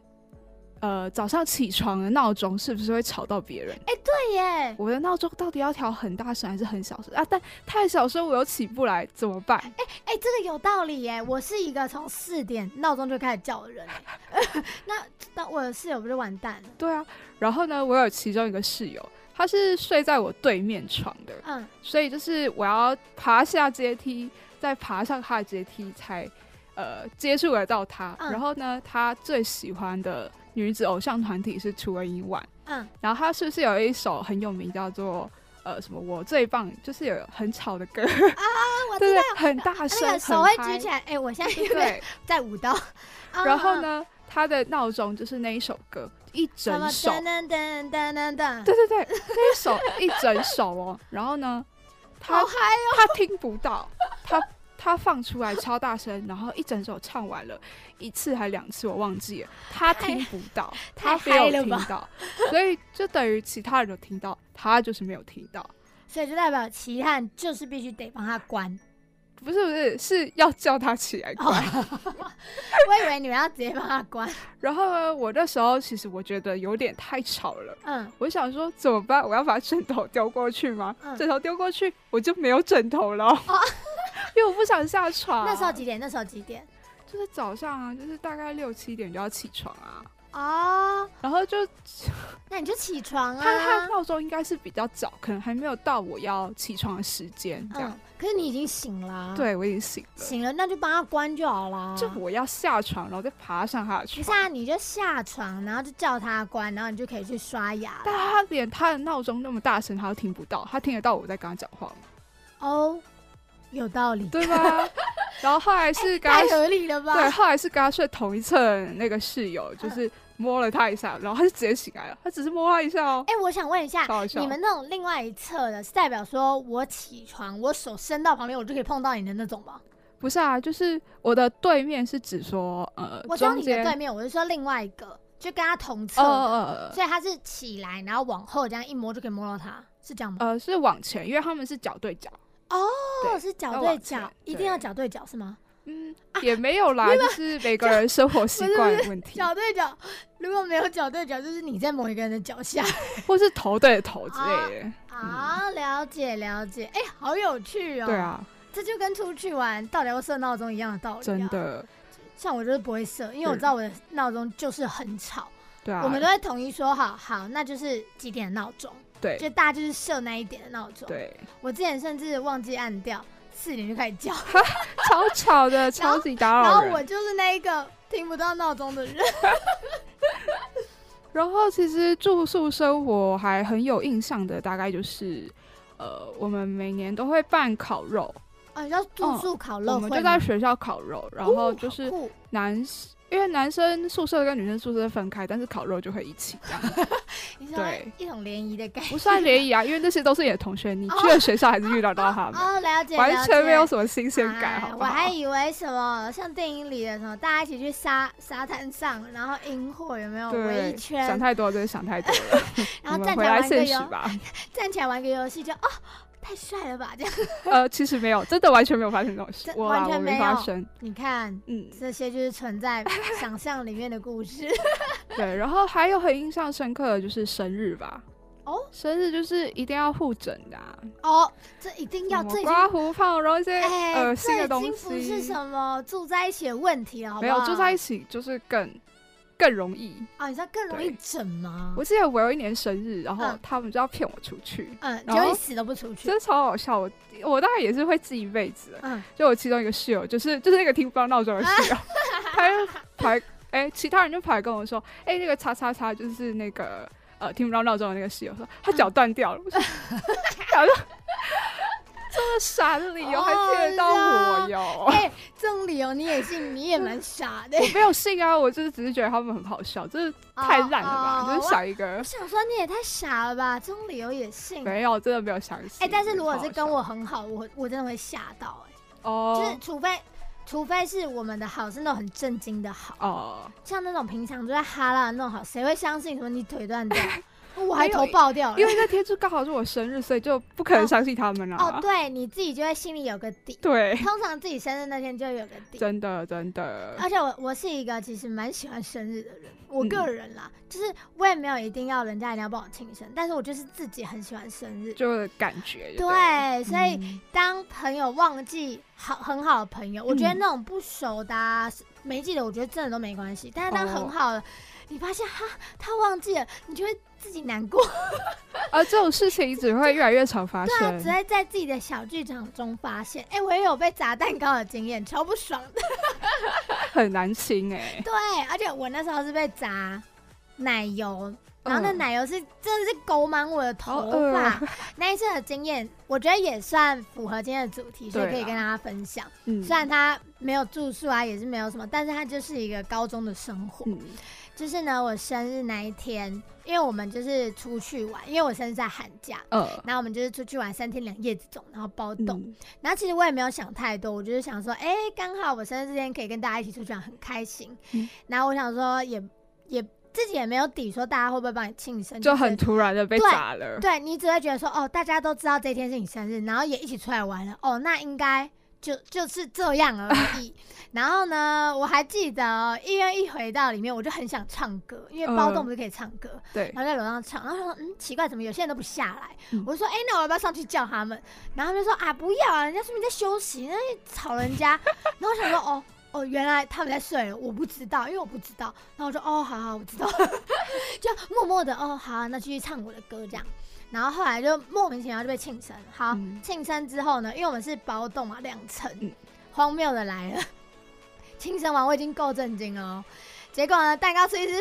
B: 呃早上起床的闹钟是不是会吵到别人？
A: 对耶，
B: 我的闹钟到底要调很大声还是很小声啊？但太小声我又起不来，怎么办？
A: 哎、这个有道理耶。我是一个从四点闹钟就开始叫的人耶， <laughs> 那那我有室友不就完蛋了？
B: 对啊，然后呢，我有其中一个室友，他是睡在我对面床的，
A: 嗯，
B: 所以就是我要爬下阶梯，再爬上他的阶梯才呃接触得到他。
A: 嗯
B: 然后呢，他最喜欢的女子偶像团体是 Two in One，
A: 嗯，
B: 然后他是不是有一首很有名叫做？呃，什么我最棒，就是有很吵的歌， <laughs>
A: 那我
B: 对
A: 知
B: 不
A: 道
B: 对？很大声，
A: 那个手
B: 很
A: 会
B: 嗨
A: 举起来，哎、嗯
B: <laughs>
A: 我现在有点
B: 对，
A: <laughs> 在舞蹈。
B: <laughs> 然后呢，他的闹钟就是那一首歌，一
A: 嗯？ <laughs> 什么
B: 整首，
A: 噔噔噔噔噔噔？
B: 对对对，那一首一整首哦。然后呢，他
A: 好嗨哦！
B: 他听不到，他他放出来超大声，然后一整首唱完了，一次还两次我忘记了，他
A: 太
B: 听不到，
A: 太
B: 他没有
A: 嗨了
B: 听
A: 吧
B: 到，所以就等于其他人有听到，他就是没有听到。
A: 所以就代表齐汉就是必须得帮他关。 <laughs>
B: 不是不是，是要叫他起来
A: 哦
B: 乖。，
A: 我以为你们要直接帮他关。
B: 然后呢，我那时候其实我觉得有点太吵了，
A: 嗯，
B: 我想说怎么办？我要把枕头丢过去吗？
A: 嗯哦
B: 枕头丢过去，我就没有枕头了， <laughs> 因为我不想下床。
A: 那时候几点？那时候几点？
B: 就是早上啊，就是大概六七点就要起床啊，
A: 哦，
B: 然后就
A: 那你就起床
B: 他他
A: 啊。
B: 闹钟应该是比较早，可能还没有到我要起床的时间这样。
A: 嗯，可是你已经醒了啊。
B: 对，我已经醒了，
A: 醒了，那就帮他关就好啦。
B: 就我要下床，然后再爬上他的
A: 不
B: 床
A: 是。啊，你就下床，然后就叫他关，然后你就可以去刷牙
B: 但
A: 了。
B: 他连他的闹钟那么大声，他都听不到，他听得到我在跟他讲话吗？
A: 哦，有道理，
B: 对吧？ <laughs> 然后后来是跟他
A: 哎太合理了嗯吧？
B: 对，后来是跟他睡同一层那个室友，就是摸了他一下，然后他就直接醒来了。他只是摸他一下哦，
A: 哎、我想问一下，
B: 超好笑
A: 你。们那种另外一侧的，是代表说我起床，我手伸到旁边，我就可以碰到你的那种吗？
B: 不是啊，就是我的对面是指说呃
A: 我知道
B: 中
A: 你的
B: 间，
A: 对面，我是说另外一个，就跟他同侧
B: 呃
A: 的，
B: 呃
A: 所以他是起来，然后往后这样一摸就可以摸到他，是这样吗？
B: 呃是往前，因为他们是脚对脚，
A: 哦，
B: 对
A: 是脚
B: 要
A: 对
B: 往
A: 脚
B: 前，
A: 一定要
B: 对
A: 脚对脚是吗？
B: 嗯也没有啦，就是每个人生活习惯的问题，
A: <laughs> 脚对脚，如果没有脚对脚，就是你在某一个人的脚下
B: 或是头对头之类的。
A: 啊。了解了解，哎、好有趣哦。
B: 嗯对，啊，
A: 这就跟出去玩到底要设闹钟一样的道理、啊。
B: 真，的，
A: 像我就是不会设，因为我
B: 嗯
A: 知道我的闹钟就是很吵。
B: 对啊
A: 我，们都会统一说好，好，那就是几点的闹钟，
B: 对
A: 就大家就是设那一点的闹钟。
B: 对，
A: 我之前甚至忘记按掉，四点就开始叫，
B: 超吵的，超级打
A: 然
B: 扰
A: 后
B: 人
A: 我。就是那一个听不到闹钟的人。 <laughs>
B: 然后其实住宿生活还很有印象的，大概就是，呃，我们每年都会办烤肉，
A: 啊，你知道住宿烤肉
B: 哦我
A: 会
B: 们
A: 吗、
B: 就在学校烤肉，然后就
A: 哦
B: 是
A: 好酷
B: 男，因为男生宿舍跟女生宿舍分开，但是烤肉就会一起这样，
A: 你说
B: 对
A: 一种联谊的感觉。
B: 不算联谊啊，因为那些都是你的同学，你去了学校还是遇到到他们，
A: 哦，了解，
B: 完全没有
A: 了解
B: 什么新鲜感，
A: 哎
B: 好不
A: 我
B: 好？
A: 还以为什么像电影里的什么，大家一起去沙沙滩上，然后萤火有没有围一
B: 对，
A: 圈，
B: 想太多，真的想太多了。
A: <laughs>
B: 我
A: 然后
B: 们
A: 站起
B: 回
A: 来
B: 来
A: 玩个
B: 现实
A: 游，
B: 吧。
A: 站起来玩个游戏就哦，太帅了吧这样。
B: 呃，其实没有，真的完全没有发生这种事
A: 真，
B: 我
A: 完
B: 啦，
A: 全
B: 我
A: 没
B: 没发
A: 有
B: 生。
A: 你看，
B: 嗯，
A: 这些就是存在想象里面的故
B: <laughs>
A: 事。
B: 对，然后还有很印象深刻的就是生日吧。
A: 哦，
B: 生日就是一定要互整的、啊，
A: 哦，这一定要，
B: 什么
A: 这已经
B: 刮胡泡，然后一些
A: 哎、
B: 恶
A: 这
B: 心的
A: 已
B: 东
A: 经
B: 西，
A: 不是什么住在一起的问题了，好不
B: 没
A: 好？
B: 有住在一起就是更更容易。
A: 啊，你知道更容易整吗？
B: 我记得我有一年生日，然后
A: 嗯
B: 他们就要骗我出去，
A: 嗯，结
B: 然
A: 果你
B: 后
A: 死都不出去
B: 真。的超好笑。我我大概也是会记一辈子的。
A: 嗯，
B: 就我其中一个室友，就是就是那个听不到闹钟的室
A: <laughs>
B: 友，他就跑来，哎、其他人就跑来跟我说，哎、那个叉叉叉就是那个呃听不到闹钟的那个室友，说他脚断掉了，我 <laughs> 说脚断，这么傻的理由还骗
A: 哦
B: 得到我哟？
A: 哎、这种理由你也信，你也蛮傻的。
B: 我没有信啊，我就是只是觉得他们很好笑，就是 <laughs> 太烂了吧，
A: 哦
B: 就是。
A: 哦
B: 想一
A: 我
B: 个
A: 我想说你也太傻了吧，这种理由也信。哎、
B: 没有，真的没有想起。
A: 但是如果是跟
B: 好
A: 我很好，我我真的会吓到、
B: 好
A: 哎、就是
B: 哦
A: 除非除非是我们的好是那种很震惊的好。
B: 哦， <laughs>
A: 像那种平常就在哈拉的那种好，谁会相信什么你腿断掉？哦我还头爆掉了
B: 因。为那天就刚好是我生日，所以就不可能相信他们啊。
A: 哦，对，你自己就会心里有个底。
B: <laughs> 对，
A: 通常自己生日那天就有个底。
B: 真的真的，
A: 而且我我是一个其实蛮喜欢生日的人，我
B: 嗯
A: 个人啦，就是我也没有一定要人家一定要帮我庆生，但是我就是自己很喜欢生日。
B: 就是感觉就了
A: 对，所以
B: 嗯
A: 当朋友忘记好很好的朋友，我觉得那种不熟的、啊、是没记得，我觉得真的都没关系。但是当
B: 哦
A: 很好的，你发现哈他忘记了，你就会自己难过，
B: 而这种事情只会越来越常发
A: 对啊，
B: 生
A: 只。会在自己的小剧场中发现。哎、我也有被砸蛋糕的经验，超不爽的。
B: 很难清哎、
A: 对，而且我那时候是被砸奶油。然后那
B: 嗯
A: 奶油是真的是勾满我的
B: 好
A: 头
B: 饿
A: 发
B: 啊，
A: 那一次的经验，我觉得也算符合今天的主题，所以
B: 对啊
A: 可以
B: 啦
A: 跟大家分享。
B: 嗯
A: 虽然他没有住宿啊，也是没有什么，但是他就是一个高中的生活。
B: 嗯
A: 就是呢，我生日那一天，因为我们就是出去玩，因为我生日在寒假，
B: 呃
A: 然后我们就是出去玩三天两夜这种，然后包栋。
B: 嗯
A: 然后其实我也没有想太多，我就是想说，哎、刚好我生日这天可以跟大家一起出去玩，很开心。
B: 嗯
A: 然后我想说也，也自己也没有底，说大家会不会帮你庆生，
B: 就是很突然的被
A: 对
B: 砸了，
A: 对你只会觉得说，哦，大家都知道这一天是你生日，然后也一起出来玩了，哦，那应该就就是这样而已。然后呢，我还记得哦一月一回到里面，我就很想唱歌，因为包栋
B: 嗯
A: 不是可以唱歌，
B: 对
A: 然后在楼上唱，然后他说，嗯，奇怪，怎么有些人都不下来？
B: 嗯
A: 我就说，哎、那我要不要上去叫他们？然后他们就说，啊，不要啊，人家说明在休息，那就吵人家。 <laughs> 然后我想说，哦。哦，原来他们在睡了，我不知道，因为我不知道。然后我说，哦，好好，我知道， <laughs> 就默默的，哦，好、啊，那继续唱我的歌这样。然后后来就莫名其妙就被庆生了。好，
B: 嗯
A: 庆生之后呢，因为我们是包栋嘛，两层，
B: 嗯
A: 荒谬的来了。庆生完我已经够震惊了哦，结果呢，蛋糕吃一吃，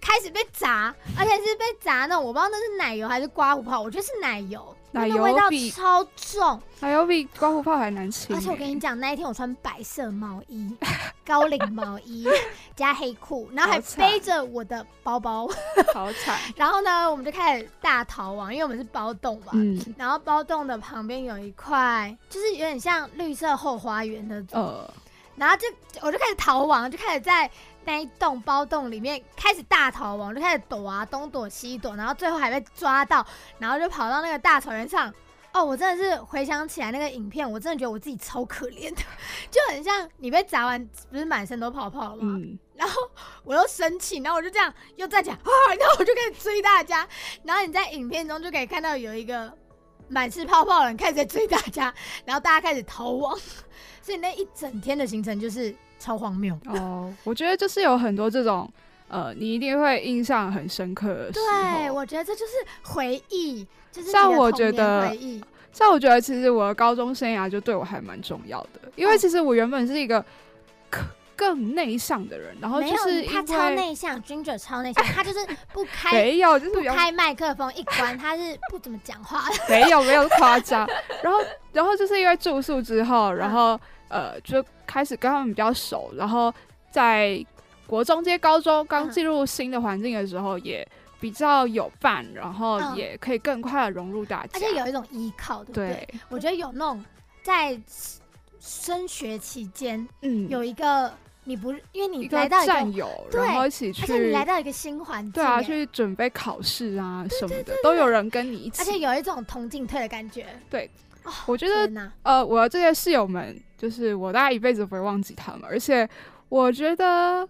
A: 开始被砸，而且是被砸那种我不知道那是奶油还是刮胡泡，我觉得是奶油，
B: 奶
A: 那
B: 油
A: 味道
B: 比
A: 超重。
B: 还有比刮胡泡还难清、欸
A: 而且我跟你讲，那一天我穿白色毛衣、 <laughs> 高领毛衣加黑裤，然后还
B: 好惨
A: 背着我的包包。
B: 讲，好惨，
A: 然后呢，我们就开始大逃亡，因为我们是包栋嘛。
B: 嗯
A: 然后包栋的旁边有一块，就是有点像绿色后花园那种。
B: 呃，
A: 然后就我就开始逃亡，就开始在那一栋包栋里面开始大逃亡，就开始躲啊，东躲西躲，然后最后还被抓到，然后就跑到那个大草原上。哦，我真的是回想起来那个影片，我真的觉得我自己超可怜的，就很像你被砸完，不是满身都泡泡了吗？
B: 嗯，
A: 然后我又生气，然后我就这样又再讲啊，然后我就开始追大家。然后你在影片中就可以看到有一个满是泡泡的人开始在追大家，然后大家开始逃亡。所以那一整天的行程就是超荒谬。
B: 哦，我觉得就是有很多这种，呃，你一定会印象很深刻的时
A: 对，
B: 候。
A: 我觉得这就是回忆，就是
B: 像
A: 你的
B: 我
A: 童
B: 觉
A: 年
B: 得
A: 回忆
B: 像我觉得其实我的高中生涯就对我还蛮重要的，因为
A: 哦
B: 其实我原本是一个可更内向的人，然后
A: 没
B: 就
A: 有
B: 是因
A: 他超
B: 为
A: 内向，Ginger 超内向，他就是不 <laughs> 开
B: 没有，就是
A: 不
B: 比较
A: 开麦克风一关，他是不怎么啊 <laughs> 讲话的。
B: 没有没有夸张。 <laughs> 然后然后就是因为住宿之后，
A: 嗯
B: 然后呃就开始跟他们比较熟，然后在国中接高中刚
A: 嗯
B: 进入新的环境的时候也。比较有伴，然后
A: 嗯
B: 也可以更快的融入大家，
A: 而且有一种依靠，对不对？
B: 对，
A: 我觉得有那种在升学期间
B: 嗯，
A: 有一个你不是，因为
B: 一
A: 你
B: 个
A: 来到一个，
B: 战友，
A: 对
B: 然后一起去，
A: 而且你来到一个新环境，
B: 对啊，
A: 哎
B: 去准备考试啊什么的，都有人跟你一
A: 而且
B: 起。
A: 有一种同进退的感觉。
B: 我觉得
A: 天哪，
B: 呃，我的这些室友们，就是我大概一辈子不会忘记他们，而且我觉得，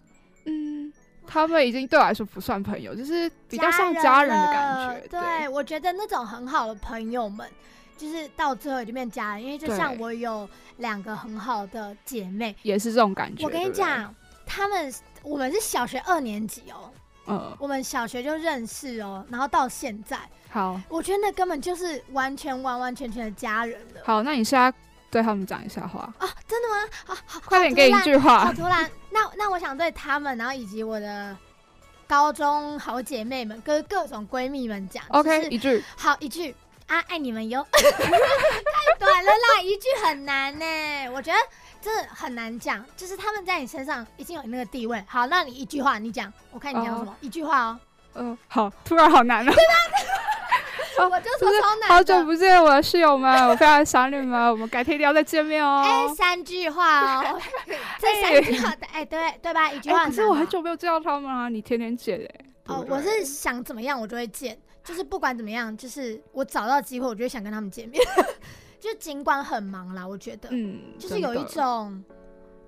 B: 嗯，他们已经对我来说不算朋友，就是比较像家人的感
A: 了
B: 觉。
A: 对，我觉得那种很好的朋友们。就是到最后就变家人，因为就像
B: 对
A: 我有两个很好的姐妹，
B: 也是这种感觉。
A: 我跟你
B: 对不对，
A: 讲，她们我们是小学二年级哦，
B: 嗯，
A: 我们小学就认识哦，然后到现在，
B: 好
A: 我觉得那根本就是完全完完全全的家人了。
B: 好，那你现在对他们讲一下话，
A: 啊，真的吗？啊，好，
B: 快点给你一句话
A: 好。哦突然。那那我想对他们，然后以及我的高中好姐妹们跟各种闺蜜们讲
B: OK，
A: 就是
B: 一句
A: 好一句啊，爱你们哟。 <laughs> 太短了啦，一句很难呢、我觉得真的很难讲，就是他们在你身上已经有那个地位。好，那你一句话，你讲，我看你讲什么，一句话哦。
B: 嗯，好，突然好难哦。哦
A: 我就说
B: 就是
A: 超难的。
B: 好久不见，我的室友们，我非常想你们，我们改天一定要再见面
A: 哎、
B: 哦。
A: 三句
B: <laughs>
A: 话哦，这三句话的，哎、对对吧？一句
B: 哎、
A: 话、
B: 可是我很，久没有见到他们啊，你天天见哎、对
A: 哦
B: 不，对
A: 我是想怎么样，我就会见，就是不管怎么样，就是我找到机会，我就会想跟他们见面。 <laughs> 就尽管很忙啦，我觉得，
B: 嗯，
A: 就是有一
B: 真的
A: 种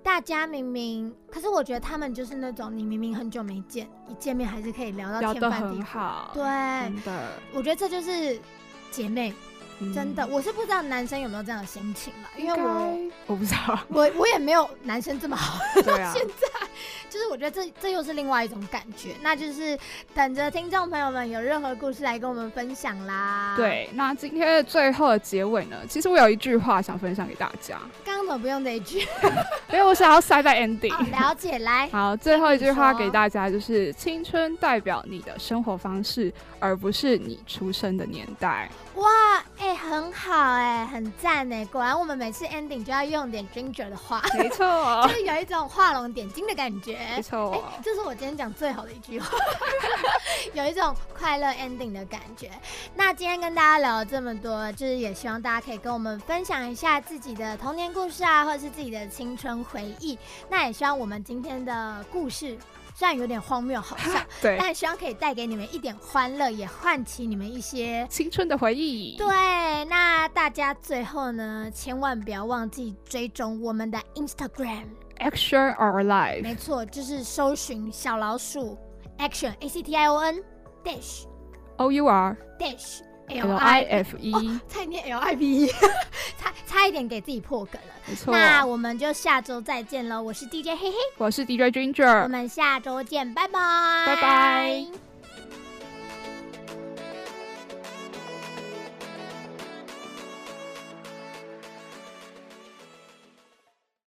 A: 大家明明，可是我觉得他们就是那种你明明很久没见，一见面还是可以聊到
B: 聊
A: 天
B: 得
A: 翻地
B: 很
A: 覆。
B: 好，啊嗯
A: 对，，
B: 真的，
A: 我觉得这就是姐妹，
B: 嗯
A: 真的，我是不知道男生有没有这样的心情啦，因为我
B: 应该我不知
A: <laughs>
B: 道，
A: 我我也没有男生这么好，
B: 对啊，
A: 就是我觉得这这又是另外一种感觉，那就是等着听众朋友们有任何故事来跟我们分享啦。，
B: 对，那今天的最后的结尾呢，其实我有一句话想分享给大家，
A: 刚刚怎么不用这一句？
B: 因为我想要塞在 ending。
A: 哦，了解，来，
B: 好，最后一句话
A: 请说
B: 给大家就是：青春代表你的生活方式，而不是你出生的年代。
A: 哇，哎、很好、哎，很赞，哎，果然我们每次 ending 就要用点 ginger 的话，
B: 没错，
A: <laughs> 就是有一种画龙点睛的感觉。
B: 没错。
A: 哎、这是我今天讲最好的一句话，有一种快乐 ending 的感觉。那今天跟大家聊了这么多，就是也希望大家可以跟我们分享一下自己的童年故事啊，或者是自己的青春回忆。那也希望我们今天的故事虽然有点荒谬好笑，
B: 对，
A: 但希望可以带给你们一点欢乐，也唤起你们一些
B: 青春的回忆。
A: 对，那大家最后呢，千万不要忘记追踪我们的 Instagram，
B: ，Action or Life。
A: 没错，就是搜寻小老鼠 Action A C T I O N dash
B: O U R
A: dash L
B: L
A: I，
B: I F E，
A: 差一点 L I V，差差一点给自己破梗了。
B: 没错。
A: <laughs> 那我们就下周再见喽，我是 DJ 嘿嘿，
B: 我是 DJ
A: 我
B: Ginger，
A: 们下周见，拜拜，
B: 拜拜。